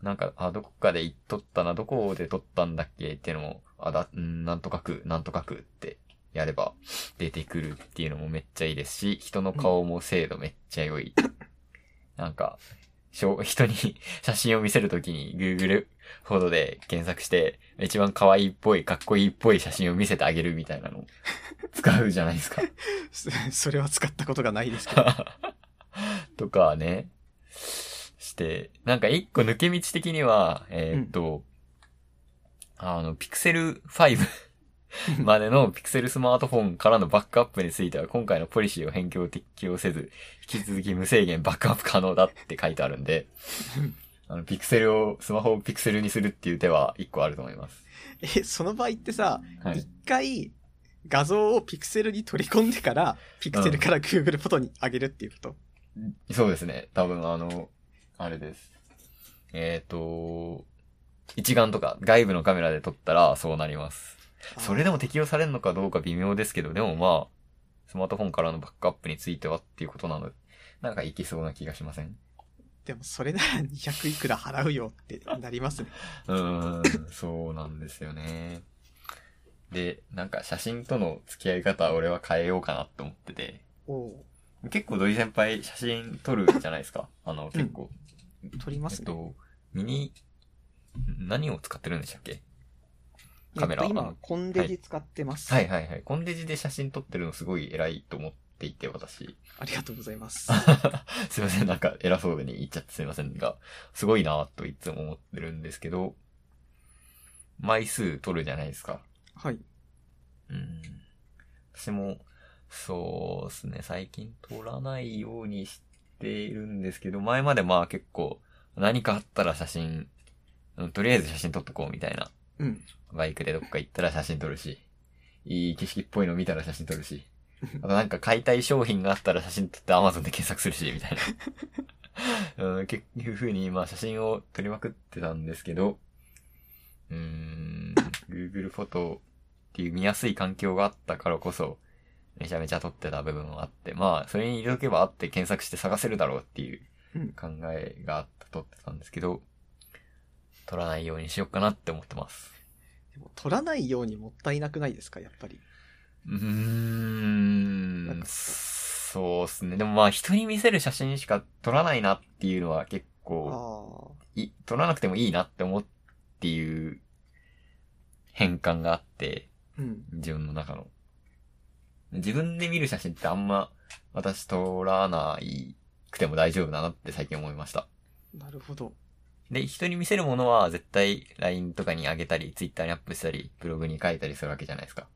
B: なんか、あ、どこかで行っとったな、どこで撮ったんだっけっていうのも、あ、だ、んなんとかく、なんとかくってやれば出てくるっていうのもめっちゃいいですし、人の顔も精度めっちゃ良い。なんか、しょ人に 写真を見せるときに Google フォトで検索して、一番可愛いっぽい、かっこいいっぽい写真を見せてあげるみたいなのを使うじゃないですか。
A: それは使ったことがないですけど。
B: とかね、して、なんか一個抜け道的には、えーっと、あの、ピクセル5までのピクセルスマートフォンからのバックアップについては、今回のポリシーを変更適用せず、引き続き無制限バックアップ可能だって書いてあるんで
A: うん、
B: あの、ピクセルを、スマホをピクセルにするっていう手は一個あると思います。
A: え、その場合ってさ、
B: はい
A: 一。回画像をピクセルに取り込んでから、ピクセルから Google フォトに上げるっていうこと。
B: そうですね。多分あの、あれです。えっ、と、一眼とか外部のカメラで撮ったらそうなります。それで
A: も。
B: も適用されるのかどうか微妙ですけど、でもまあ、スマートフォンからのバックアップについてはっていうことなので、なんかいけそうな気がしません
A: でもそれなら200いくら払うよってなり ますね。
B: うーん、そうなんですよね。で、なんか写真との付き合い方は俺は変えようかなって思ってて、
A: おう
B: 結構土井先輩写真撮るじゃないですか。あの、結構、
A: 取りますね。
B: えっと、ミニ、ん何を使ってるんでしたっけカメラ
A: えっと
B: あ
A: 今
B: の、
A: コンデジ使ってます。
B: はいはいはい。コンデジで写真撮ってるのすごい偉いと思っていて、私。
A: ありがとうございます。
B: すいません、なんか偉そうに言っちゃってすいませんが、すごいなぁといつも思ってるんですけど、枚数撮るじゃないですか。
A: はい。
B: うん。私も、そうですね、最近撮らないようにしているんですけど、前までまあ結構、何かあったら写真、うんとりあえず写真撮っとこうみたいな
A: うん。
B: バイクでどっか行ったら写真撮るし、いい景色っぽいの見たら写真撮るし、あとなんか買いたい商品があったら写真撮って Amazon で検索するし、みたいな。 うん、結構いう風に、まあ写真を撮りまくってたんですけど、うーん、Google フォトっていう見やすい環境があったからこそ、めちゃめちゃ撮ってた部分はあって、まあそれに入れとけばあって検索して探せるだろうっていう
A: うん
B: 考えがあって撮ってたんですけど、撮らないようにしようかなって思ってます。
A: でも取らないようにもったいなくないですか、やっぱり。
B: うーん
A: なんか
B: そうですね。でもまあ人に見せる写真しか撮らないなっていうのは結
A: あ
B: 構
A: あ。
B: い、撮らなくてもいいなって思うっていう変換があって、
A: うん。
B: 自分の中の。自分で見る写真ってあんま私撮らないくても大丈夫だなって最近思いました。
A: なるほど。
B: で、人に見せるものは絶対 LINE とかにあげたり、Twitter にアップしたり、ブログに書いたりするわけじゃないですか。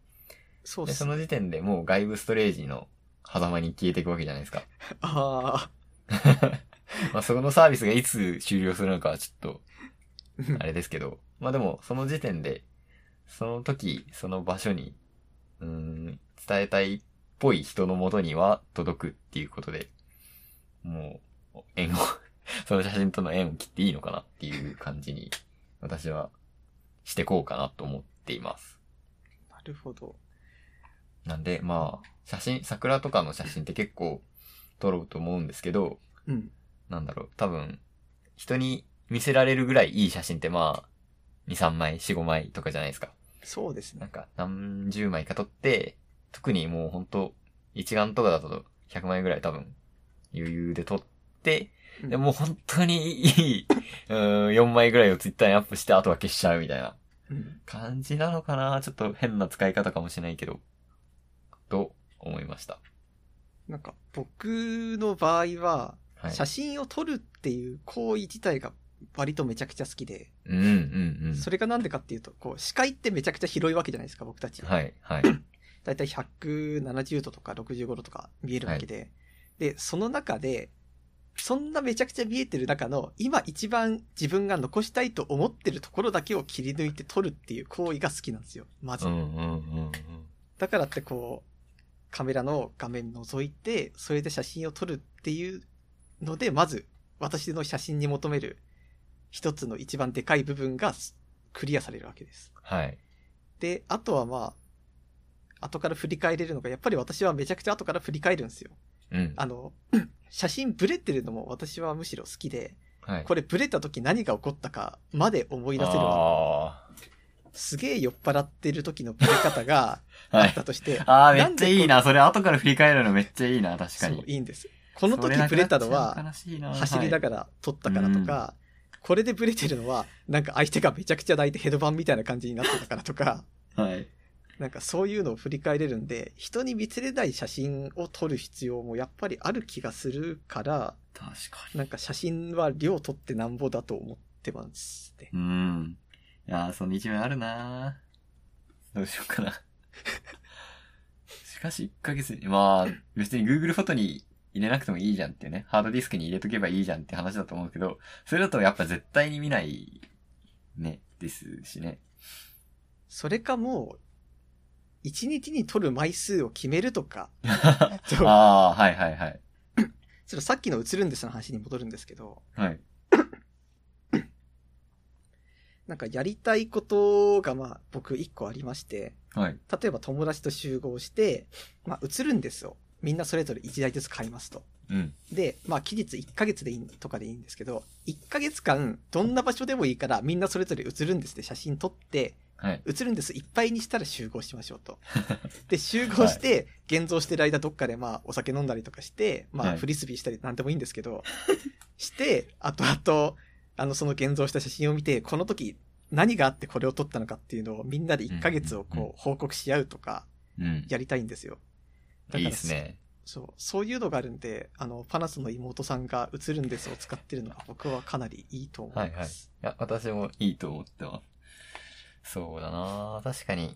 A: そう
B: で、
A: です
B: そ
A: ね。
B: の時点でもう外部ストレージの狭間に消えていくわけじゃない ですか。
A: あ
B: まあ、そこのサービスがいつ終了するのかはちょっと、
A: あ。
B: あれですけど。まあでも、その時点で、その時、その場所に、うーん、伝えたいっぽい人のもとには届くっていうことで、もう、縁を、 その写真との縁を切っていいのかなっていう感じに、私はしてこうかなと思っています。
A: なるほど。
B: なんで、まあ、写真、桜とかの写真って結構撮ろうと思うんですけど、
A: うん。
B: なんだろう、多分、人に見せられるぐらいいい写真ってまあ、2、3枚、4、5枚とかじゃないですか。
A: そうです
B: なん
A: ね。
B: か、何十枚か撮って、特にもうほんと、一眼とかだと100枚ぐらい多分、余裕で撮って、
A: うん
B: でもう本当にいい、 うーん、4枚ぐらいをツイッターにアップして、あとは消しちゃうみたいな
A: うん。
B: 感じなのかなちょっと変な使い方かもしれないけど、と思いました。
A: なんか、僕の場合は、
B: はい。
A: 写真を撮るっていう行為自体が割とめちゃくちゃ好きで、
B: うんうんうん。
A: それがなんでかっていうと、こう、視界ってめちゃくちゃ広いわけじゃないですか、僕たち。
B: はい、はい。
A: だいたい170度とか65度とか見えるわけで、で、その中で、そんなめちゃくちゃ見えてる中の、今一番自分が残したいと思ってるところだけを切り抜いて撮るっていう行為が好きなんですよ、まず。
B: うんうんうん
A: だからってこう、カメラの画面覗いて、それで写真を撮るっていうので、まず私の写真に求める一つの一番でかい部分がクリアされるわけです。
B: はい。
A: で、あとはまあ、後から振り返れるのが、やっぱり私はめちゃくちゃ後から振り返るんですよ。
B: うん。
A: あ の、写真ブレてるのも私はむしろ好きで、
B: はい。
A: これブレた時何が起こったかまで思い出せるわ。
B: あ
A: すげえ酔っ払ってる時のブレ方が
B: ー は
A: あっ
B: い。
A: たとして、
B: ああ、め
A: な
B: っ
A: ん
B: ちゃ
A: で
B: いいな。それ後から振り返るのめっちゃいいな。確
A: そ
B: か
A: う、
B: に。
A: いいんです。この時ブレたのは、走りながら撮ったからとか、これでブレてるのは、なんか相手がめちゃくちゃ抱いてヘドバンみたいな感じになってたからとか、
B: ら。はい。
A: なんかそういうのを振り返れるんで、人に見せれない写真を撮る必要もやっぱりある気がするから、
B: 確か
A: なんか写真は量撮ってなんぼだと思ってますね。
B: に。うん。いやー、その一面あるなーどうしようかな。しかし、1ヶ月に、まあ、別に Google フォトに入れなくてもいいじゃんっていうね。ハードディスクに入れとけばいいじゃんって話だと思うけど、それだとやっぱ絶対に見ない、ね、ですしね。
A: それかもう、一日に撮る枚数を決めるとか、
B: あ
A: ちょ
B: あー、はいはいはい。
A: ちょっとさっきの映るんですの話に戻るんですけど、
B: はい。
A: なんかやりたいことがまあ僕一個ありまして、
B: はい。
A: 例えば友達と集合して、まあ映るんですよ。みんなそれぞれ1台ずつ買いますと。
B: うん。
A: で、まあ期日1ヶ月でいいとかでいいんですけど、1ヶ月間どんな場所でもいいからみんなそれぞれ映るんですで写真撮って、
B: はい。
A: 映るんですいっぱいにしたら集合しましょう と。で、集合して、現像してる間どっかでまあお酒飲んだりとかして、ま
B: は
A: あ
B: い
A: フリスビーしたりなんでもいいんですけど、して、あとあと、あのその現像した写真を見て、この時何があってこれを撮ったのかっていうのをみんなで1ヶ月を
B: うんうんう
A: こう報告し合うとか
B: うん。
A: やりたいんですよ。だから
B: いいですね。
A: そう、そういうのがあるんで、あの、パナソの妹さんが映るんですを使ってるのが僕はかなりいいと思います。
B: はいはいいや、私もいいと思ってます。そうだな確かに。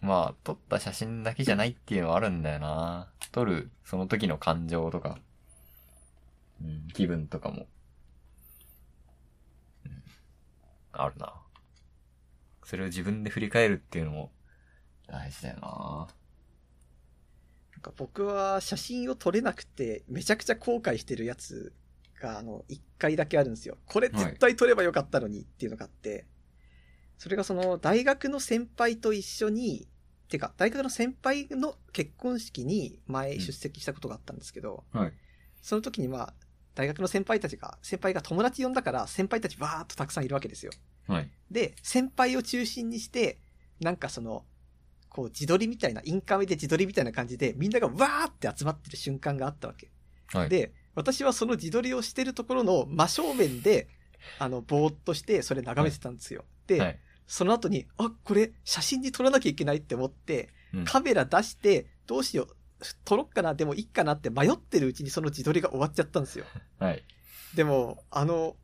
B: まあ、撮った写真だけじゃないっていうのはあるんだよな撮る、その時の感情とか、うん、気分とかも、うん、あるなそれを自分で振り返るっていうのも大事だよな
A: なんか僕は写真を撮れなくて、めちゃくちゃ後悔してるやつが、あの、一回だけあるんですよ。これ絶対撮ればよかったのにっていうのがあって、それがその、大学の先輩と一緒に、てか、大学の先輩の結婚式に前出席したことがあったんですけど、
B: はい。
A: その時にまあ、大学の先輩たちが、先輩が友達呼んだから、先輩たちわーっとたくさんいるわけですよ。
B: はい。
A: で、先輩を中心にして、なんかその、こう自撮りみたいな、インカメで自撮りみたいな感じで、みんながわーって集まってる瞬間があったわけ。
B: はい。
A: で、私はその自撮りをしてるところの真正面で、あの、ぼーっとして、それ眺めてたんですよ。で、
B: はい。
A: その後に、あ、これ写真に撮らなきゃいけないって思って、
B: うん
A: カメラ出して、どうしよう、撮ろっかな、でもいいかなって迷ってるうちにその自撮りが終わっちゃったんですよ。
B: はい。
A: でも、あの、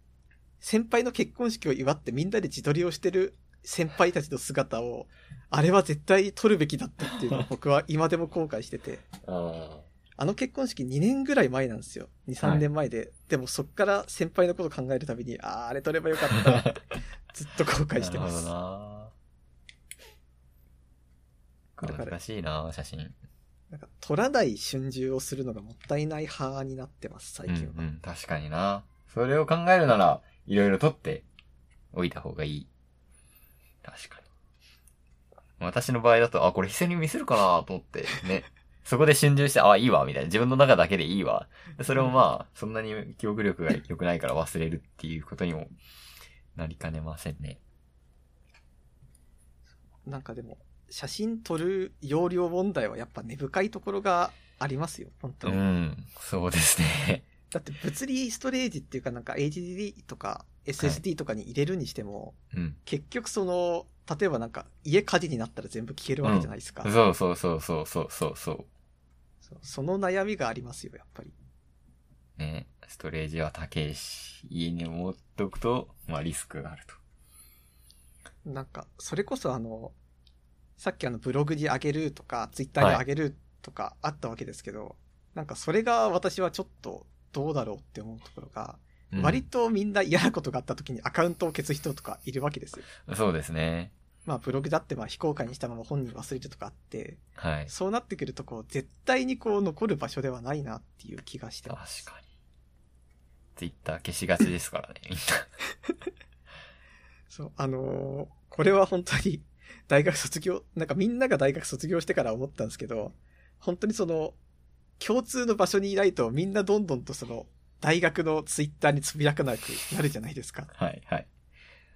A: 先輩の結婚式を祝ってみんなで自撮りをしてる先輩たちの姿を、あれは絶対撮るべきだったっていうのを 僕は今でも後悔してて、
B: あ
A: あの結婚式2年ぐらい前なんですよ。2、3年前で。でもそっから先輩のこと考えるたびに、ああ、あれ撮ればよかった なって、ずっと後悔してま
B: なる
A: す
B: ほ。どな
A: だから
B: 難しいな写真。
A: なんか、取らない春秋をするのがもったいない派になってます、最
B: うん、う
A: 近は。
B: ん、確かにな。それを考えるなら、いろいろ取っておいた方がいい。確かに。私の場合だと、あ、これ人に見せるかなと思って、ね。 そこで春秋して、あ、いいわ、みたいな。自分の中だけでいいわ。でそれもまあ、そんなに記憶力が良くないから忘れるっていうことにもなりかねませんね。
A: なんかでも、写真撮る容量問題はやっぱ根深いところがありますよ、本当
B: う
A: に。
B: ん、そうですね。
A: だって物理ストレージっていうかなんか HDD とか SSD とかに入れるにしても、
B: うん。
A: 結局その、例えばなんか家火事になったら全部消えるわけじゃないですか。
B: そうそうそうそうそうそうそ
A: そうその悩みがありますよ、やっぱり。
B: う。ね。ストレージは高いし、家に持っておくと、まあリスクがあると。
A: なんか、それこそあの、さっきあのブログに上げるとか、ツイッターに上げるとかあったわけですけど、なんかそれが私はちょっとどうだろうって思うところが、
B: うん
A: 割とみんな嫌なことがあった時にアカウントを消す人とかいるわけですよ。
B: そうですね。
A: まあブログだってまあ非公開にしたまま本人忘れるとかあって、
B: はい。
A: そうなってくるとこう絶対にこう残る場所ではないなっていう気がして
B: 確
A: ます。
B: かに。ツイッター消しがちですからね、みん
A: そう、あのーこれは本当に 大学卒業、なんかみんなが大学卒業してから思ったんですけど、本当にその共通の場所にいないとみんなどんどんとその大学のツイッターにつぶやかなくなるじゃないですか。
B: な。 はい、はい。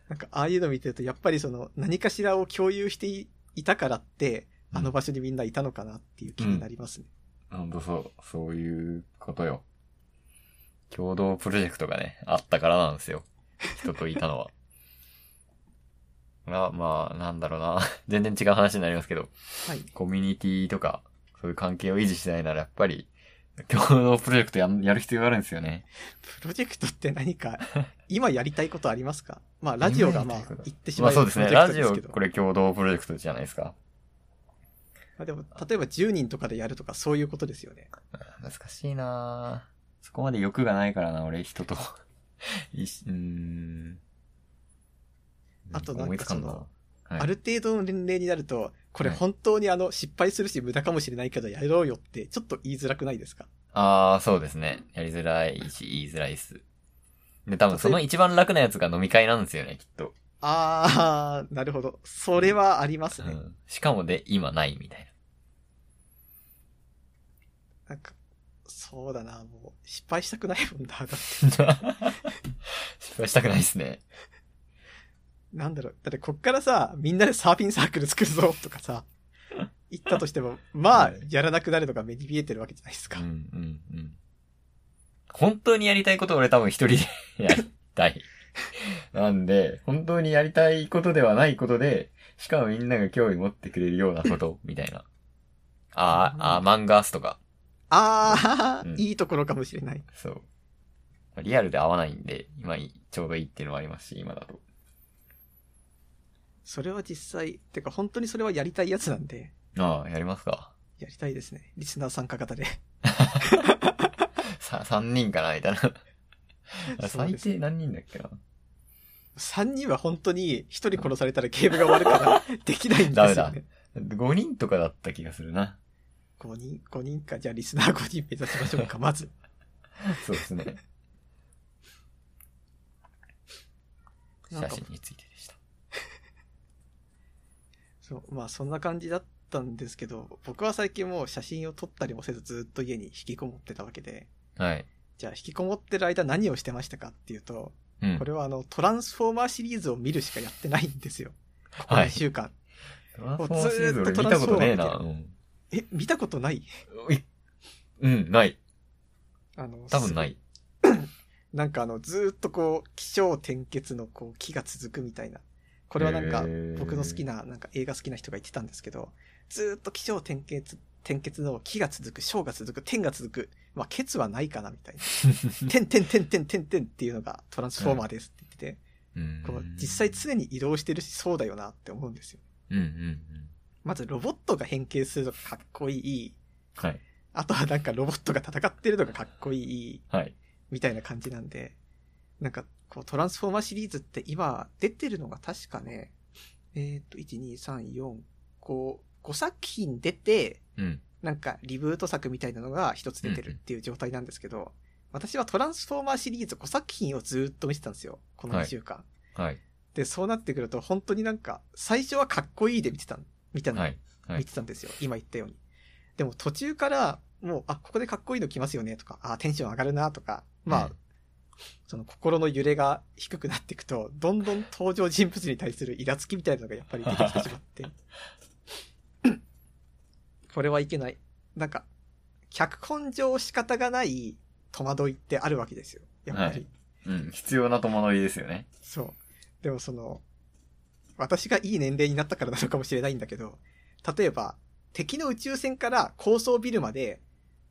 A: なんかああいうの見てるとやっぱりその何かしらを共有していいたからって、あの場所にみんないたのかなっていう気になりますね。
B: ほんとそう。そういうことよ。共同プロジェクトがね、あったからなんですよ。人といたのは。 が、まあ、なんだろうな。 全然違う話になりますけど、
A: はい。
B: コミュニティとか、そういう関係を維持しないなら、やっぱり、共同プロジェクトやん やる必要があるんですよね。
A: プロジェクトって何か、 今やりたいことありますかまあ、ラジオがまあ
B: 今やりたいこ、と
A: 言ってし
B: ま
A: ま
B: あ
A: え
B: そう
A: ばプ
B: です
A: ロ
B: ね。
A: ジェ
B: ラ
A: クト
B: ジ
A: です
B: オ、
A: けど。
B: これ共同プロジェクトじゃないですか。
A: まあでも、例えば10人とかでやるとか、そういうことですよね。
B: 難しいなぁそこまで欲がないからな、俺、人と。 いしうーん。
A: あとなんか
B: 思いつんな
A: その、
B: はい、
A: ある程度の年齢になると、これ
B: はい
A: 本当にあの、失敗するし無駄かもしれないけど、やろうよって、ちょっと言いづらくないですか
B: ああ、そうですね。やりづらいし、言いづらいっす。で、多分その一番楽なやつが飲み会なんですよね、きっと。
A: あー、なるほど。それはあります
B: う
A: ね。
B: ん。しかもで、今ない みたい
A: なんか、そうだな、もう、失敗したくないもんだ。だって
B: な。失敗したくないっすね。
A: なんだろう、だってこっからさ、みんなでサーフィンサークル作るぞとか さ、言ったとしても、まあ、やらなくなるのが目に見えてるわけじゃないです
B: う
A: か
B: ん、。うん、うん。本当にやりたいこと俺多分一人でやりた い。なんで、本当にやりたいことではないことで、しかもみんなが興味持ってくれるような こと、みたいな。あーあー、漫画アースとか。
A: ああ、
B: うん
A: いいところかもしれない。
B: そう。リアルで合わないんで、今いいちょうどいいっていうのもありますし、今だと。
A: それは実際、てか本当にそれはやりたいやつなんで、
B: ああ、やりますか。
A: やりたいですね。リスナー参加型で。
B: さ、3人かなみたい な。あ
A: そう
B: 最
A: です
B: 低何人だっけな
A: 3人は本当に1人殺されたらゲームが終わる から、できないんで
B: ダメ
A: すよ
B: だ
A: ね。
B: ?5 人とかだった気がするな。
A: 5人、5人か。じゃあリスナー5人目指しましょうか、まず。
B: そうですね。
A: なん
B: 写
A: か
B: 真についてでした。
A: そう、まあそんな感じだったんですけど、僕は最近もう写真を撮ったりもせずずっと家に引きこもってたわけで、
B: はい。
A: じゃあ引きこもってる間何をしてましたかっていうと、
B: うん
A: こ。れはあの、トランスフォーマーシリーズを見るしかやってないんですよ。ここ
B: は
A: 2
B: い
A: 週間。
B: トランスフォーマーシリーズ
A: ずー
B: 俺
A: っと
B: 見たことね
A: ト
B: えな。
A: ラン
B: うん。
A: え、見たことない
B: いうん、ない。
A: あの、
B: 多分ない。
A: なんかあの、ずーっとこう、気象転結のこう、木が続くみたいな。これはなんか
B: へ、ー
A: 僕の好きな、なんか映画好きな人が言ってたんですけど、ずーっと気象転結、転結の木が続く、章が続く、天が続く。まあ、結はないかな、み たいな。天天天天天天っていうのがトランスフォーマーですって言って
B: うん
A: て、こう、実際常に移動してるし、そうだよなって思うんですよ。
B: うんうんうん。
A: まずロボットが変形するのがかっこいい。
B: はい。
A: あとはなんかロボットが戦ってるのがかっこいい。
B: はい。
A: みたいな感じなんで、なんか、こう、トランスフォーマーシリーズって今、出てるのが確かね、えっ、と、1、2、3、4、5、5作品出て、
B: うん。
A: なんかリブート作みたいなのが一つ出てるっていう状態なんですけど、私はトランスフォーマーシリーズ5作品をずっと見てたんですよ、この2週間。
B: はい。
A: で、そうなってくると本当になんか、最初はかっこいいで見てた、見たの、
B: はい。はい
A: 見てたんですよ、今言ったように。でも途中から、もう、あ、ここでかっこいいの来ますよねとか、あ、テンション上がるなとか、まあ、
B: うん
A: その心の揺れが低くなっていくと、どんどん登場人物に対するイラつきみたいなのがやっぱり出てきてしま って。これはいけない。なんか、脚本上仕方がない戸惑いってあるわけですよ。やっぱり。
B: はいうん。必要な戸惑いですよね。
A: そう。でもその、私がいい年齢になったからなのかもしれないんだけど、例えば、敵の宇宙船から高層ビルまで、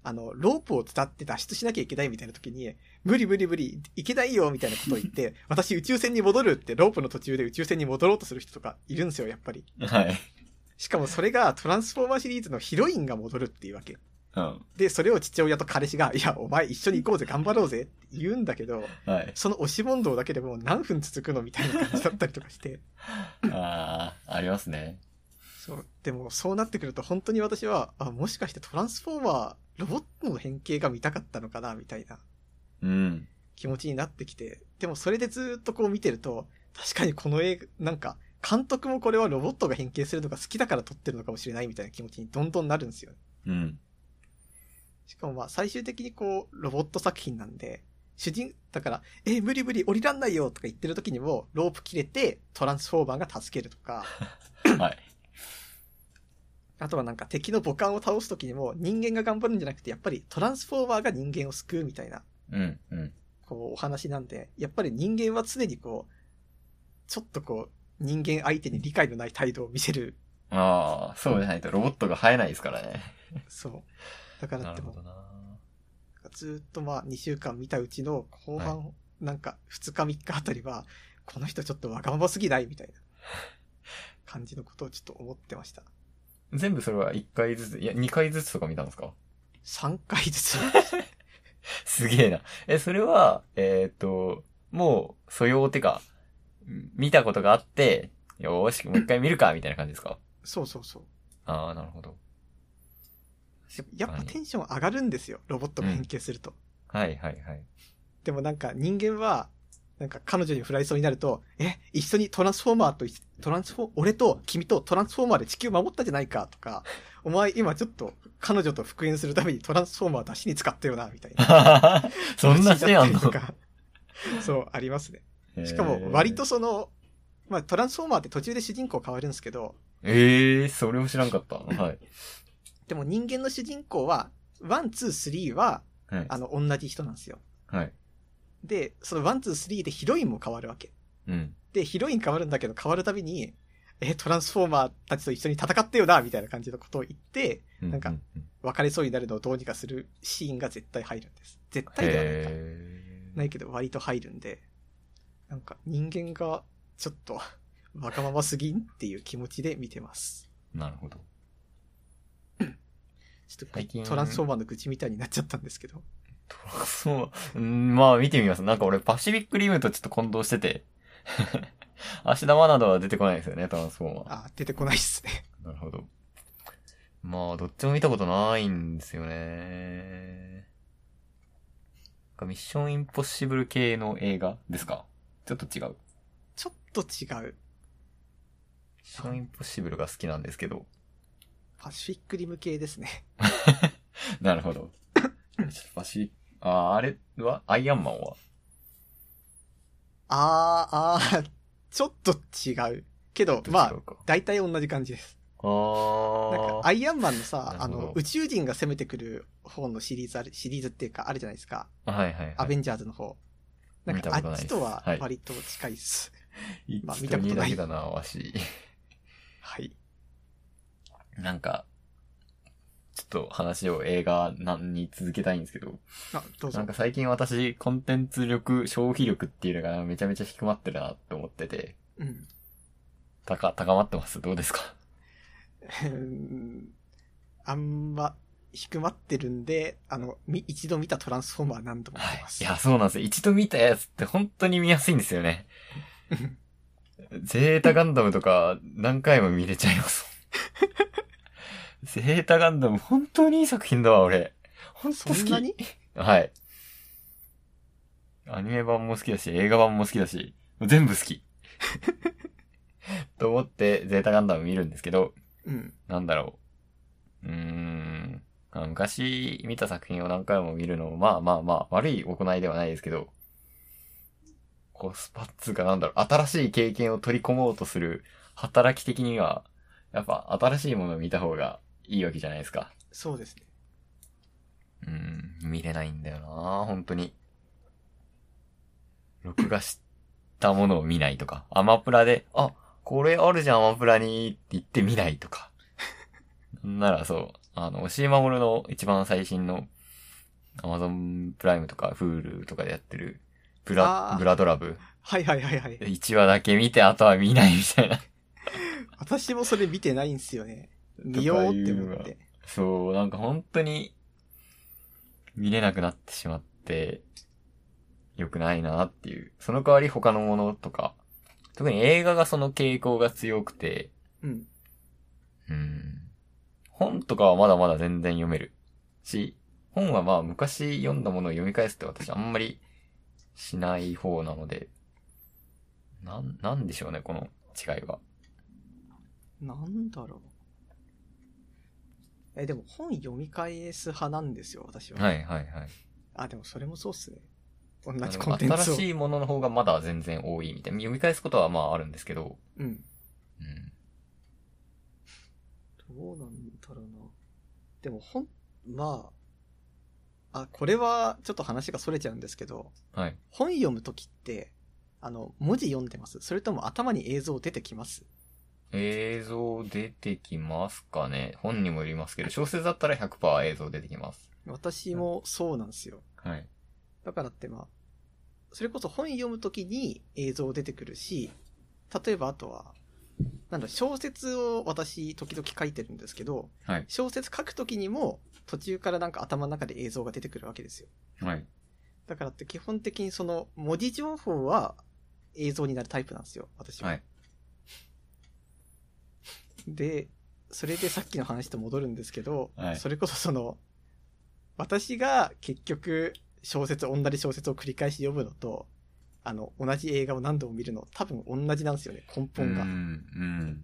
A: あの、ロープを伝って脱出しなきゃいけないみたいな時に、無理無理無理、いけないよみたいなことを言って、私宇宙船に戻るって、ロープの途中で宇宙船に戻ろうとする人とかいるんですよ、やっぱり。
B: はい。
A: しかもそれがトランスフォーマーシリーズのヒロインが戻るっていうわけ。
B: うん。
A: で、それを父親と彼氏が、いや、お前一緒に行こうぜ、頑張ろうぜって言うんだけど、
B: はい。
A: その押し問答だけでもう何分続くのみたいな感じだったりとかして。
B: ああ、ありますね。
A: そう。でもそうなってくると本当に私は、あ、もしかしてトランスフォーマー、ロボットの変形が見たかったのかなみたいな
B: うん。
A: 気持ちになってきて。でもそれでずっとこう見てると、確かにこの映画、なんか、監督もこれはロボットが変形するのが好きだから撮ってるのかもしれないみたいな気持ちにどんどんなるんですよ。
B: うん。
A: しかもまあ最終的にこう、ロボット作品なんで、主人、だから、え、無理無理降りらんないよとか言ってる時にも、ロープ切れてトランスフォーマーが助けるとか、
B: はい。
A: あとはなんか敵の母艦を倒す時にも人間が頑張るんじゃなくてやっぱりトランスフォーマーが人間を救うみたいな
B: うん。うん。
A: こうお話なんでやっぱり人間は常にこうちょっとこう人間相手に理解のない態度を見せる
B: ああ、そうじゃないとロボットが生えないですからね。
A: そうだからっても
B: な。
A: ずっとまあ2週間見たうちの後半、なんか2日3日あたりはこの人ちょっとわがまますぎないみたいな感じのことをちょっと思ってました
B: 全部それは1回ずつ、いや、2回ずつとか見たんですか
A: 3回ずつ
B: すげえな。え、それは、えーっと、もう、素養ってか、見たことがあって、よーし、もう一回見るか、みたいな感じですか
A: そうそうそう
B: ああ、なるほど。
A: やっぱテンション上がるんですよロボットが変形すると、
B: はいはい はい。
A: でもなんか人間は、なんか彼女に振られそうになると、え、一緒にトランスフォーマーとい、トランスフォー、俺と君とトランスフォーマーで地球守ったじゃないかとか、お前今ちょっと彼女と復縁するためにトランスフォーマー出しに使ったよな、みたいな。
B: そんなシーンあん
A: 話だっ
B: の
A: たりとか そう、ありますね。しかも割と。その、まあトランスフォーマーって途中で主人公変わるんですけど、
B: ええー、それを知らんか った。はい。
A: でも人間の主人公は、ワン、ツー、スリーは、
B: はい。
A: あの、同じ人なんですよ。
B: はい。
A: で、そのワン、ツー、スリーでヒロインも変わるわけ。
B: うん。
A: で、ヒロイン変わるんだけど、変わるたびに、え、トランスフォーマーたちと一緒に戦ってよな、みたいな感じのことを言って、
B: う
A: なんか
B: う
A: 別れそうになるのをどうにかするシーンが絶対入るんです。絶対ではないか。
B: へえ。
A: ないけど、割と入るんで、なんか人間がちょっと、 わがまますぎんっていう気持ちで見てます。
B: なるほど。
A: ちょっ
B: 最近
A: と、トランスフォーマーの愚痴みたいになっちゃったんですけど。
B: そう、うんまあ見てみます。なんか俺パシフィックリムとちょっと混同してて。 足玉などは出てこないですよね、トランスフォーマー。
A: あ、出てこないっすね。
B: なるほど。まあ、どっちも見たことないんですよね。なんかミッションインポッシブル系の映画ですかちょっと違う。ミッ
A: ちょっと違う。
B: ションインポッシブルが好きなんですけど。
A: パシフィックリム系ですね。
B: なるほど。ちょっとパシ、あー、あれはアイアンマンは
A: あー、あー、 ちょっと違う。けど、まあ、大体同じ感じです。
B: あ、あ
A: なんか、アイアンマンのさ、
B: な
A: あ
B: るほど
A: の、宇宙人が攻めてくる方のシリーズある、シリーズっていうか、あるじゃないですか。
B: あ、はいはい、はい。
A: アベンジャーズの方。なん
B: 見た
A: か、
B: こ
A: あ
B: とない
A: っ
B: です
A: ちとは
B: はい
A: 割と近いっす。まあ
B: 見
A: 見
B: た
A: た
B: こ
A: こと
B: と
A: な
B: ないいだな、わし。
A: はい。
B: なんか、ちょっと話を映画なんに続けたいんですけど。
A: あ、どうぞ。
B: なんか最近私、コンテンツ力、消費力っていうのがめちゃめちゃ低まってるなって思ってて、
A: うん。
B: 高、高まってますどうですか
A: あんま、低まってるんで、あの、み一度見たトランスフォーマー何度も見
B: はい
A: てま。す。
B: いや、そうなんですよ。一度見たやつって本当に見やすいんですよね。 ゼータガンダムとか何回も見れちゃいます。セータガンダム、本当にいい作品だわ、俺。本当好き。
A: そんなに
B: はい。アニメ版も好きだし、映画版も好きだし、もう全部好き。 と思って、ゼータガンダム見るんですけど、
A: うん。
B: なんだろう。うーん。まあ昔見た作品を何回も見るのも、まあまあまあ、悪い行いではないですけど、コスパっつうかなんだろう、新しい経験を取り込もうとする働き的には、やっぱ新しいものを見た方がいいわけじゃないですか。
A: そうですね。
B: うん、見れないんだよな本当に。録画したものを見ないとか、アマプラで、あ、これあるじゃん、アマプラにって言って見ないとか。 なんならそう、あの、押井守の一番最新の、アマゾンプライムとか、Hulu とかでやってる、ブ
A: あ
B: ラ、
A: ー
B: ブラドラブ。
A: はいはいはいはい。
B: 1話だけ見て、あとは見ないみたいな。
A: 私もそれ見てないんですよね。見ようって思って。
B: そう、なんか本当に、見れなくなってしまって、良くないなっていう。その代わり他のものとか、特に映画がその傾向が強くて、
A: うん。
B: うん。本とかはまだまだ全然読める。し、本はまあ昔読んだものを読み返すって私あんまりしない方なので、なん、なんでしょうね、この違いは。
A: なんだろう。え、でも本読み返す派なんですよ、私は。
B: はいはいはい。
A: あ、でもそれもそうっすね。同
B: あ
A: じ
B: の
A: コンテンツを。
B: 新しいものの方がまだ全然多いみたいな。読み返すことはまああるんですけど。
A: うん。
B: うん。
A: どうなんだろうな。でも本、まあ、あ、これはちょっと話が逸れちゃうんですけど、
B: はい。
A: 本読むときって、あの、文字読んでますそれとも頭に映像出てきます
B: 映像出てきますかね本にもよりますけど、小説だったら100%映像出てきます。
A: 私もそうなんですよ。
B: はい。
A: だからってまあ、それこそ本読むときに映像出てくるし、例えばあとは、なんだ、小説を私時々書いてるんですけど、
B: はい。
A: 小説書くときにも途中からなんか頭の中で映像が出てくるわけですよ。
B: はい。
A: だからって基本的にその文字情報は映像になるタイプなんですよ、私は。
B: はい。
A: で、それでさっきの話と戻るんですけど、
B: はい
A: それこそその、私が結局小説、同じ小説を繰り返し読むのと、あの、同じ映画を何度も見るの、多分同じなんですよね、根
B: う
A: 本が。
B: ん。うん。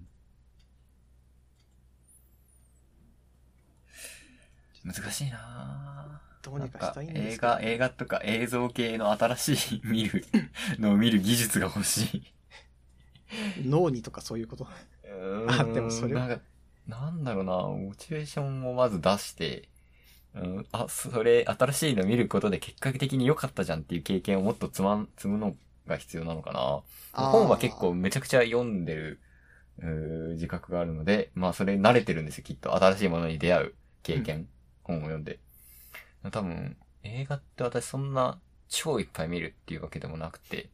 B: 難しいなぁ
A: どうにかしたいん
B: なん
A: で
B: 映
A: すけど
B: 画、映画とか映像系の新しい見る、のを見る技術が欲しい。
A: 脳にとかそういうこと。あでもそれ
B: うーんなんか、なんだろうな、モチベーションをまず出して、うん、あ、それ、新しいの見ることで結果的に良かったじゃんっていう経験をもっとつまん、積むのが必要なのかな。
A: あー
B: 本は結構。めちゃくちゃ読んでる、うー自覚があるので、まあそれ慣れてるんですよ、きっと。新しいものに出会う経験。本を読んで。多分、映画って私そんな超いっぱい見るっていうわけでもなくて、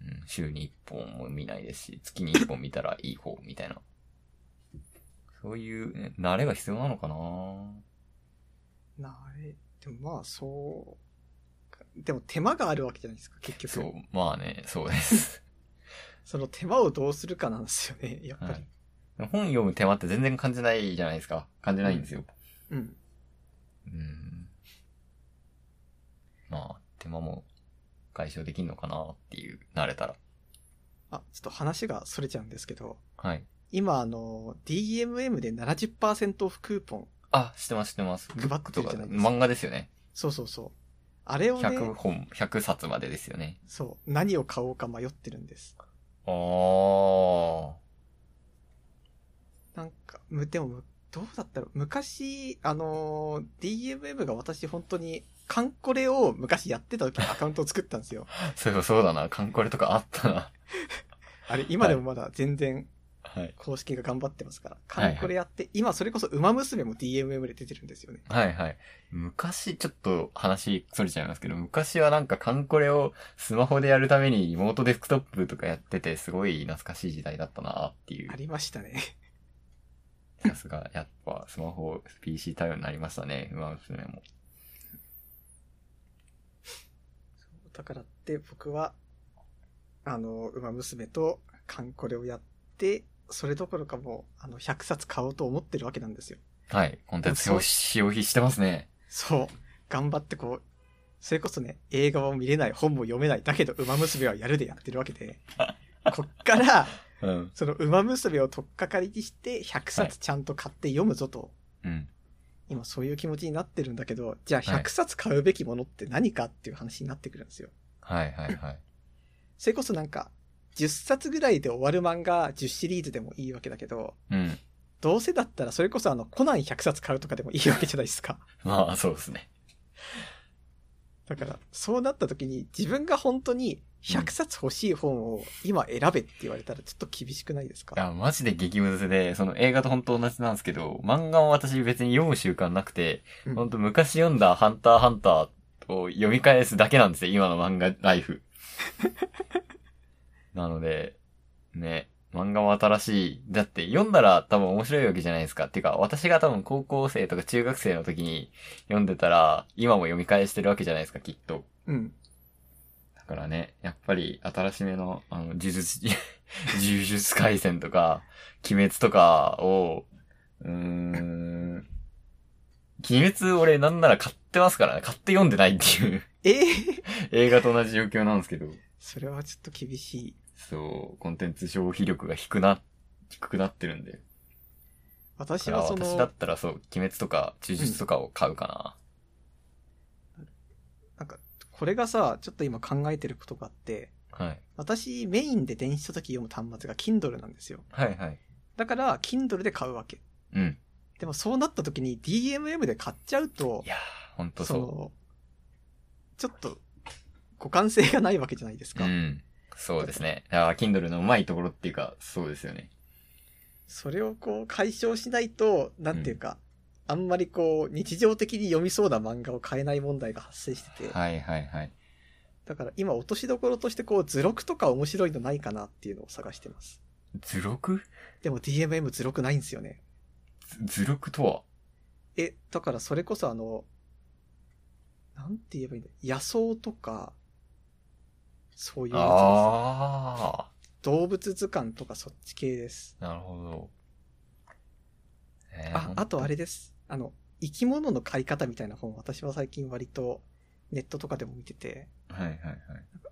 B: うん、週に1本も見ないですし、月に1本見たらいい方みたいな。そういう、ね慣れが必要なのかな
A: なれ、でもまあそうか。でも手間があるわけじゃないですか、結局。
B: そう、まあね、そうです。
A: その手間をどうするかなんですよね、 やっぱり。
B: はい本読む手間って全然感じないじゃないですか。感じないんですよ。
A: うん。
B: うん。まあ、手間も解消できんのかなっていう、慣れたら。
A: あ、ちょっと話がそれちゃうんですけど、
B: はい。
A: 今あの、DMM で70%オフクーポン。
B: あ、知ってます、知ってます。
A: 配ってるじゃないですか
B: 漫画ですよね。
A: そうそうそう。あれをね、
B: 100本、100冊までですよね。
A: そう、何を買おうか迷ってるんです。
B: あー。
A: なんか、む、でも、むどうだったろう。昔、あのー、DMM が私本当に、カンコレを昔やってた時にアカウントを作ったん ですよ。
B: そういえばそうだな、カンコレとかあったな。
A: あれ、今でもまだ全然
B: はい。
A: 公式が頑張ってますから。
B: はい
A: カ
B: はい
A: ンコレやって、今それこそ馬娘も DMM で出てるんですよね。
B: はいはい。昔、ちょっと話、それちゃいますけど、昔はなんかカンコレをスマホでやるためにリモートデスクトップとかやってて、すごい懐かしい時代だったなっていう
A: あ。りましたね。
B: さすが、やっぱスマホ、PC 対応になりましたね、馬娘も。
A: だからって僕は、あの、馬娘とカンコレをやって、それどころかもう、あの、100冊買おうと思ってるわけなんですよ。
B: はい。コンテンツ消費、消費してますね。
A: そう。頑張ってこう、それこそね、映画も見れない、本も読めない、だけど、馬娘はやるでやってるわけで、こっから、
B: うん。
A: その馬娘を取っかかりにして、100冊ちゃんと買って読むぞと、
B: うん。
A: 今そういう気持ちになってるんだけど、じゃあ
B: はい
A: 100冊買うべきものって何かっていう話になってくるんですよ。
B: はいはいはい。
A: それこそなんか、10冊ぐらいで終わる漫画10シリーズでもいいわけだけど、
B: うん。
A: どうせだったらそれこそあの、コナン100冊買うとかでもいいわけじゃないですか。
B: まあ、そうですね。
A: だから、そうなった時に自分が本当に100冊欲しい本を今選べって言われたらちょっと厳しくないです
B: い
A: か
B: や、マジで激ムズで、その映画と本当同じなんですけど、漫画も私別に読む習慣なくて、
A: うん
B: 本当昔読んだハンターハンターを読み返すだけなんですよ、今の漫画ラ イフ。なので、ね、漫画も新しい。だって読んだら多分面白いわけじゃないですか。っていうか、私が多分高校生とか中学生の時に読んでたら、今も読み返してるわけじゃないですか、きっと。
A: うん。
B: だからね、やっぱり新しめの、あの、呪術、 呪術回戦とか、鬼滅とかを、うーん、鬼滅俺なんなら買ってますからね、買って読んでないっていう
A: ええ
B: 映画と同じ状況なんですけど、
A: それはちょっと厳しい。
B: そう、コンテンツ消費力が低くな、低くなってるんで。だ
A: 私
B: から
A: はそ
B: 私だ
A: の
B: っ、たらそう、鬼滅とか呪術とかを買うか
A: なんか、これがさ、ちょっと今考えてることがあって、
B: な。はい。
A: 私メインで電子書籍読む端末が Kindle なんですよ。
B: はいはい。
A: だから Kindle で買うわけ。
B: うん。
A: でもそうなった時に DMM で買っちゃうと
B: い、やー、ほんと
A: そ
B: そ
A: の、ちょっと互換性がないわけじゃないです
B: う。う
A: か。
B: ん。そうですね。だから Kindle のうまいところっていうか、そうですよね。
A: それをこう解消しないと、なんていうか、あんまりこう日常的に読みそうな漫画を買えない問題が発生してて、
B: はいはいはい。
A: だから今落としどころとしてこう図録とか面白いのないかなっていうのを探してます。
B: 図録
A: でも DMM 図録ないんですよね。
B: 図図録とは
A: え、だからそれこそあの、なんて言えばいいんだ野草とか、そういうや
B: あ
A: つです。動物図鑑とかそっち系です。
B: あ。なるほど。えー
A: あ、あとあれです。あの、生き物の飼い方みたいな本、私は最近割とネットとかでも見てて、
B: はいはいはい。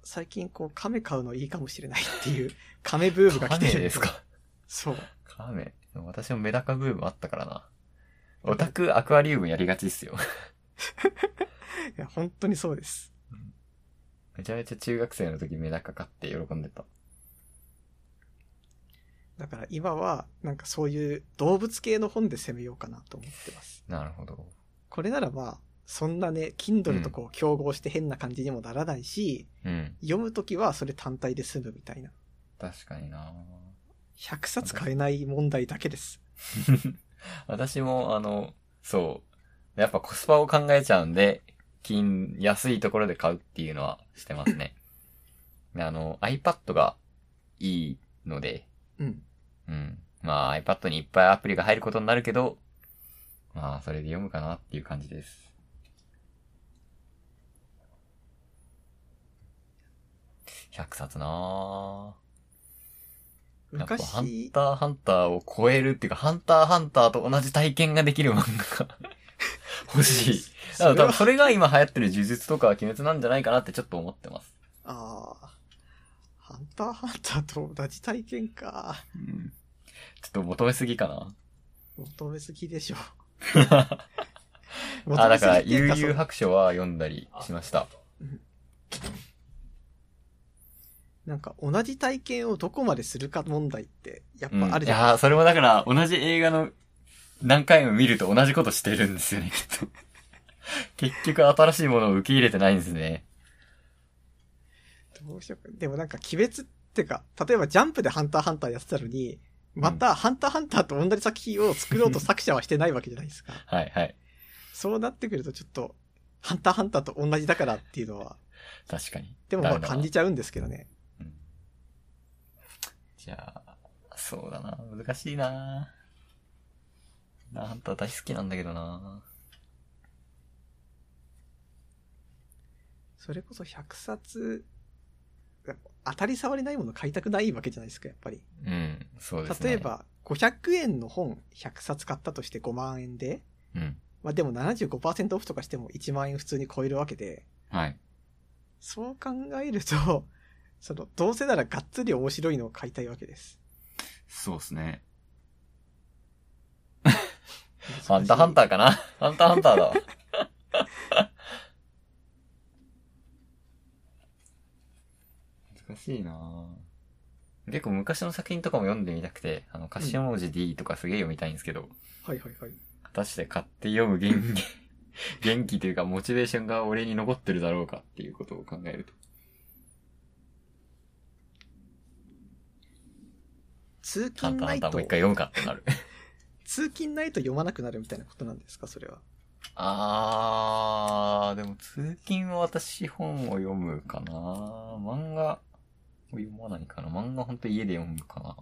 A: 最近こう亀飼うのいいかもしれないって いう亀ブームが来てる。
B: 亀ですか
A: そう。
B: 亀。私もメダカブームあったからな。オタクアクアリウムやりがちっすよ。
A: いや、本当にそうです。
B: めちゃめちゃ中学生の時メダカ買って喜んでた。
A: だから今は、なんかそういう動物系の本で攻めようかなと思ってます。
B: なるほど。
A: これならまあ、そんなね、Kindle とこう競合して変な感じにもならないし、
B: うん。
A: 読むときはそれ単体で済むみたいな。
B: 確かにな
A: 100冊買えない問題だけです。
B: 私も、あの、そう。やっぱコスパを考えちゃうんで、金、安いところで買うっていうのはしてますね。であの、iPad がいいので、
A: うん。
B: うん。まあ iPad にいっぱいアプリが入ることになるけど、まあそれで読むかなっていう感じです。100冊なぁ。やっぱハン
A: 昔、
B: ターハンターを超えるっていうか、ハンターハンターと同じ体験ができる漫画が 欲しい。
A: それ
B: だから多分
A: は
B: それが今流行ってる呪術とか鬼滅なんじゃないかなってちょっと思ってます。
A: ああ、ハンターハンターと同じ体験か。
B: うん。ちょっと求めすぎかな。
A: 求めすぎで しょ。
B: あ、
A: 求
B: だ
A: めす
B: か
A: ぎっ
B: ら、
A: てい
B: 悠
A: うか
B: 々
A: そう
B: 白書は読んだりしました。
A: なんか同じ体験をどこまでするか問題って、やっ
B: うん、
A: ぱある
B: い
A: じゃない
B: やーそれもだから、同じ映画の何回も見ると同じことしてるんですよね、きっと。 結局、新しいものを受け入れてないんですね。
A: どうしようか。でもなんか、鬼滅ってか、例えばジャンプでハンターハンターやってたのに、また、ハンターハンターと同じ作品を作ろうと作者はしてないわけじゃないですか。
B: はいはい。
A: そうなってくるとちょっと、ハンターハンターと同じだからっていうのは、
B: 確かに。
A: でもま
B: ダ
A: あ
B: メだ
A: 感じちゃうんですけどね。
B: うんじゃあ、そうだな。難しいな。なハンター大好きなんだけどな。
A: それこそ100冊、当たり障りないもの買いたくないわけじゃないですか、やっぱり。
B: うん、そうですね。
A: 例え、ば、500円の本100冊買ったとして5万円で、
B: うん。
A: まあでも75%オフとかしても1万円普通に超えるわけで、
B: はい。
A: そう考えると、 その、どうせならがっつり面白いのを買いたいわけです。
B: そうですね。ハ
A: あ
B: ン
A: ん
B: タ
A: た
B: ーハンターかなハンターハンターだわ。難しいなぁ結構昔の作品とかも読んでみたくて、あの、頭文字 D とかすげえ読みたいんですけど、
A: はいはいはい。
B: 果たして買って読む元気、 元気というかモチベーションが俺に残ってるだろうかっていうことを考えると。
A: 通
B: ハ
A: 勤
B: ンターハ
A: ナ
B: ン
A: イ
B: ターもう
A: ト
B: 一、回読むかってなる。
A: 通勤ナイト読まなくなるみたいなことなんですか、それは。
B: あー、でも通勤は私本を読むかな漫画を読まないかな漫画ほんと家で読むかな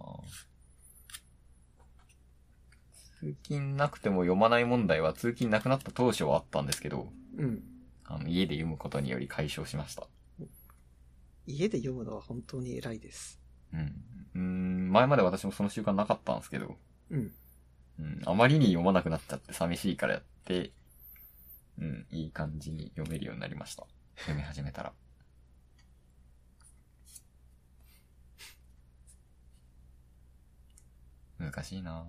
B: 通勤なくても読まない問題は通勤なくなった当初はあったんですけど、
A: うん。
B: あの家で読むことにより解消しました。
A: 家で読むのは本当に偉いです。
B: うん。うーん、前まで私もその習慣なかったんですけど、
A: うん。
B: うん、あまりに読まなくなっちゃって寂しいからやって、うん、いい感じに読めるようになりました。読み始めたら。難しいな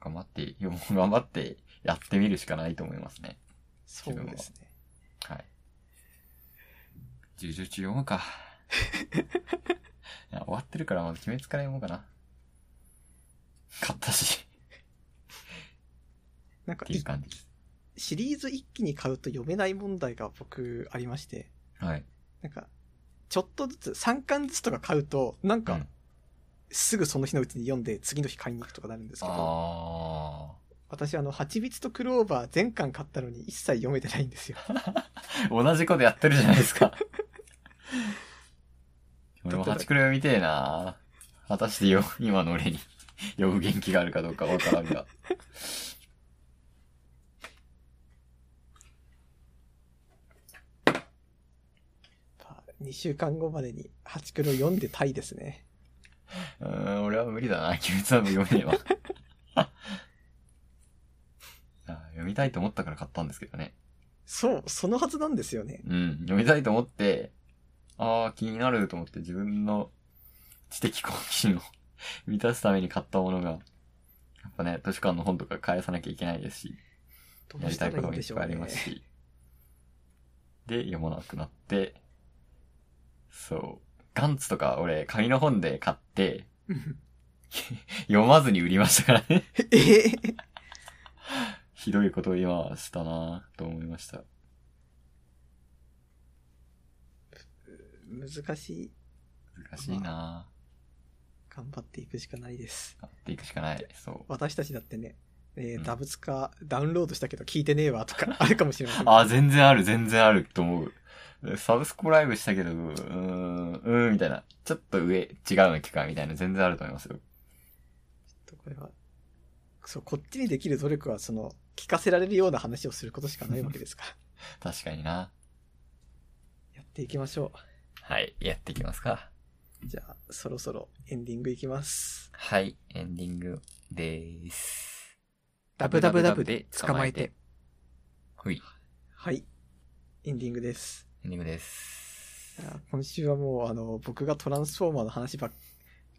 B: 頑張って、読もう頑張ってやってみるしかないと思いますね。
A: そうですね。
B: はい。呪術中読もう か。いや終わってるからまず鬼滅から読もうかな。買ったし、
A: なんか
B: っていう感じです。
A: シリーズ一気に買うと読めない問題が僕ありまして、
B: はい。
A: なんか、ちょっとずつ、3巻ずつとか買うと、なん
B: う
A: か
B: ん、
A: すぐその日のうちに読んで、次の日買いに行くとかなるんですけど、
B: あ
A: 私あの、蜂蜜とクローバー全巻買ったのに一切読めてないんですよ。
B: あ。同じことやってるじゃないですか。俺も
A: だって
B: 八クレみてえな果たしてよ、今の俺に、呼ぶ元気があるかどうかわからんが。
A: 2週間後までに、ハチクロ読んでたいですね。
B: うーん、俺は無理だな。鬼滅はもう読めねえわ。 あ読みたいと思ったから買ったんですけどね。
A: そう、そのはずなんですよね。
B: うん、読みたいと思って、ああ、気になると思って自分の知的好奇心を 満たすために買ったものが、やっぱね、図書館の本とか返さなきゃいけないですし、
A: ど
B: や
A: う
B: り
A: したた
B: いこ
A: らいいん
B: ともい
A: で
B: っ
A: しょ
B: ぱ
A: う
B: いあ
A: ね
B: り。ますし、で、読まなくなって、そう、ガンツとか俺、紙の本で買って、
A: うん
B: 読まずに売りましたからね。
A: え え
B: ひどいことを今したなぁと思いました。
A: 難しい。
B: 難しいな
A: 頑張っていくしかないです
B: ぁ。。買っていくしかない。そう。
A: 私たちだってね、え
B: うん
A: ー、ダブツカダウンロードしたけど聞いてねえわと かあるかもしれません。
B: あ、全然ある、全然あると思う。サブスクライブしたけど、うーん、うーん、みたいな。ちょっと上、違うの聞くか、みたいな、全然あると思いますよ。
A: これは、そう、こっちにできる努力は、その、聞かせられるような話をすることしかないわけ ですから。
B: 確かにな。
A: やっていきましょ
B: はい、やっていきますか。
A: う。じゃあ、そろそろエンディングいきます。
B: はい、エンディングでーす。
A: ダブダブダブで捕まえて。。
B: ほい、
A: はい。エンディングです。
B: エンディングです
A: い。や今週はもう、あの、僕がトランスフォーマーの話ばっっ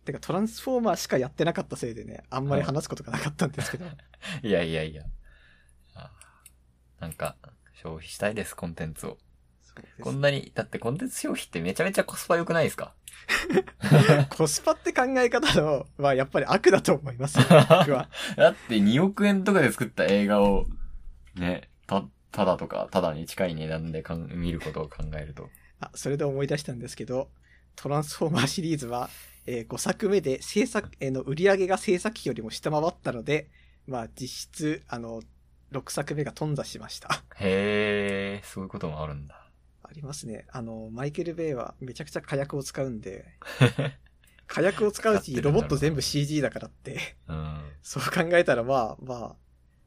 A: てか、トランスフォーマーしかやってなかったせいでね、あんまり話すことがなかったんです けど。
B: いやいやいや。あーなんか、消費したいです、コンテンツを。
A: そうです
B: こんなに、だってコンテンツ消費ってめちゃめちゃコスパ良くないですか
A: コスパって考え方の、まあやっぱり悪だと思い ますよ、僕は。
B: だって2億円とかで作った映画を、ね、た、ただとか、ただに近い値段でかん見ることを考えると。
A: あ、それで思い出したんですけど、トランスフォーマーシリーズは、えー5作目で制作、えーの売り上げが制作費よりも下回ったので、まあ実質、あの、6作目が頓挫しました。
B: へー、そういうこともあるんだ。
A: ありますね。あの、マイケル・ベイはめちゃくちゃ火薬を使うん で、火薬を使う
B: 使って
A: し、
B: る
A: ロ
B: んだろうな
A: ボット全部 CG だからって、
B: うん。
A: そう考えたらまあ、まあ、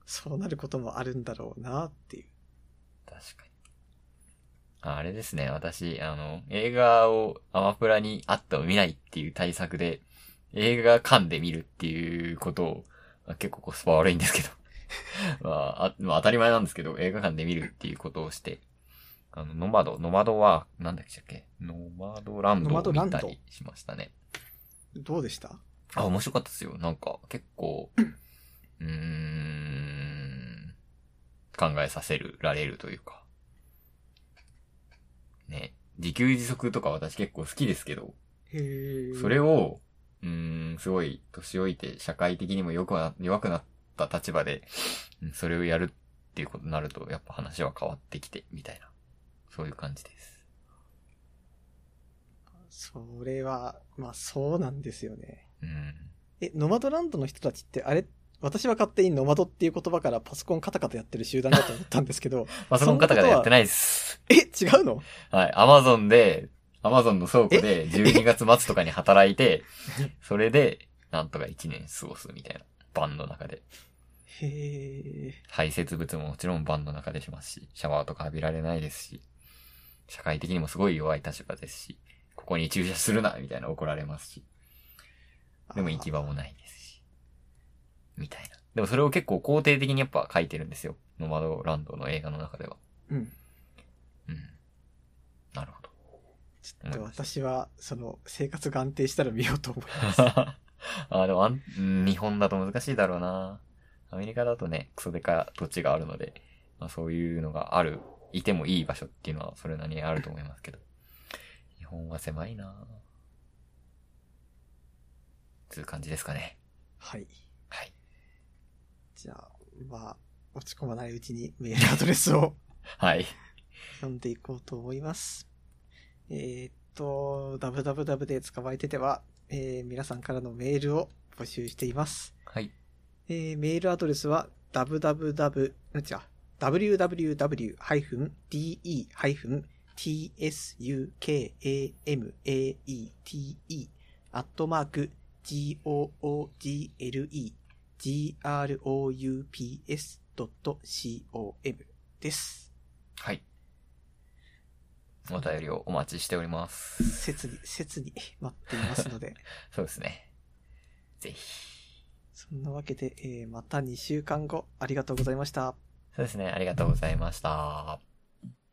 A: そうなることもあるんだろうなっていう。
B: 確かに。ああれですね、私、あの、映画をアマプラにあっても見ないっていう対策で、映画館で見るっていうことを、あ結構コスパ悪いんですけど、 まあ、あまあ当たり前なんですけど、映画館で見るっていうことをして、あの、ノマド、ノマドは、なんだっけ、ノマドランド
A: ノマド
B: を
A: ラ
B: 見
A: ンド
B: たりしましたね。
A: どうでした
B: あ、面白かったですよ。なんか、結構、うーん、考えさせるられるというか。ね。自給自足とか私結構好きですけど、
A: へ
B: それ
A: を。
B: を、うーん、すごい、年老いて社会的にもよくは弱くなった立場で、うんそれをやるっていうことになると、やっぱ話は変わってきて、みたいな。そういう感じです。
A: それは、まあそうなんですよね。
B: うん。
A: え、ノマドランドの人たちって、あれ、私は勝手にノマドっていう言葉からパソコンカタカタやってる集団だと思ったんですけ ど、
B: パソコン方々やってないです。
A: え、違うの
B: はい。アマゾンで、アマゾンの倉庫で12月末とかに働いて、それで、なんとか1年過ごすみたいな。バンの中で。
A: へえ。
B: 排泄物ももちろんバンの中でしますし、シャワーとか浴びられないですし、社会的にもすごい弱い立場ですし、ここに駐車するなみたいな怒られますし、でも行き場もないですし、みたいな。でもそれを結構肯定的にやっぱ書いてるんですよ。ノマドランドの映画の中では。
A: うん。
B: うん。なるほど。
A: ちょっと私は、その、生活が安定したら見ようと思います。
B: あ、でもあん、うん日本だと難しいだろうな。アメリカだとね、クソデカ土地があるので、まあ、そういうのがある、いてもいい場所っていうのはそれなりにあると思いますけど。日本は狭いなつう感じですかね。
A: はい。
B: はい。
A: じゃあ、まあ、落ち込まないうちにメールアドレスを
B: はい。
A: 読んでいこうと思います。えーっと、www で捕まえてては、えー皆さんからのメールを募集しています。
B: はい。
A: えーメールアドレスは www、うん違う www-de-tsukamate アットマーク google-groups.com です。
B: はい。お便りをお待ちしております。
A: 切に、切に待っていますので。
B: そうですね。ぜひ。
A: そんなわけで、えーまた2週間後、ありがとうございました。
B: そうですね。ありがとうございました。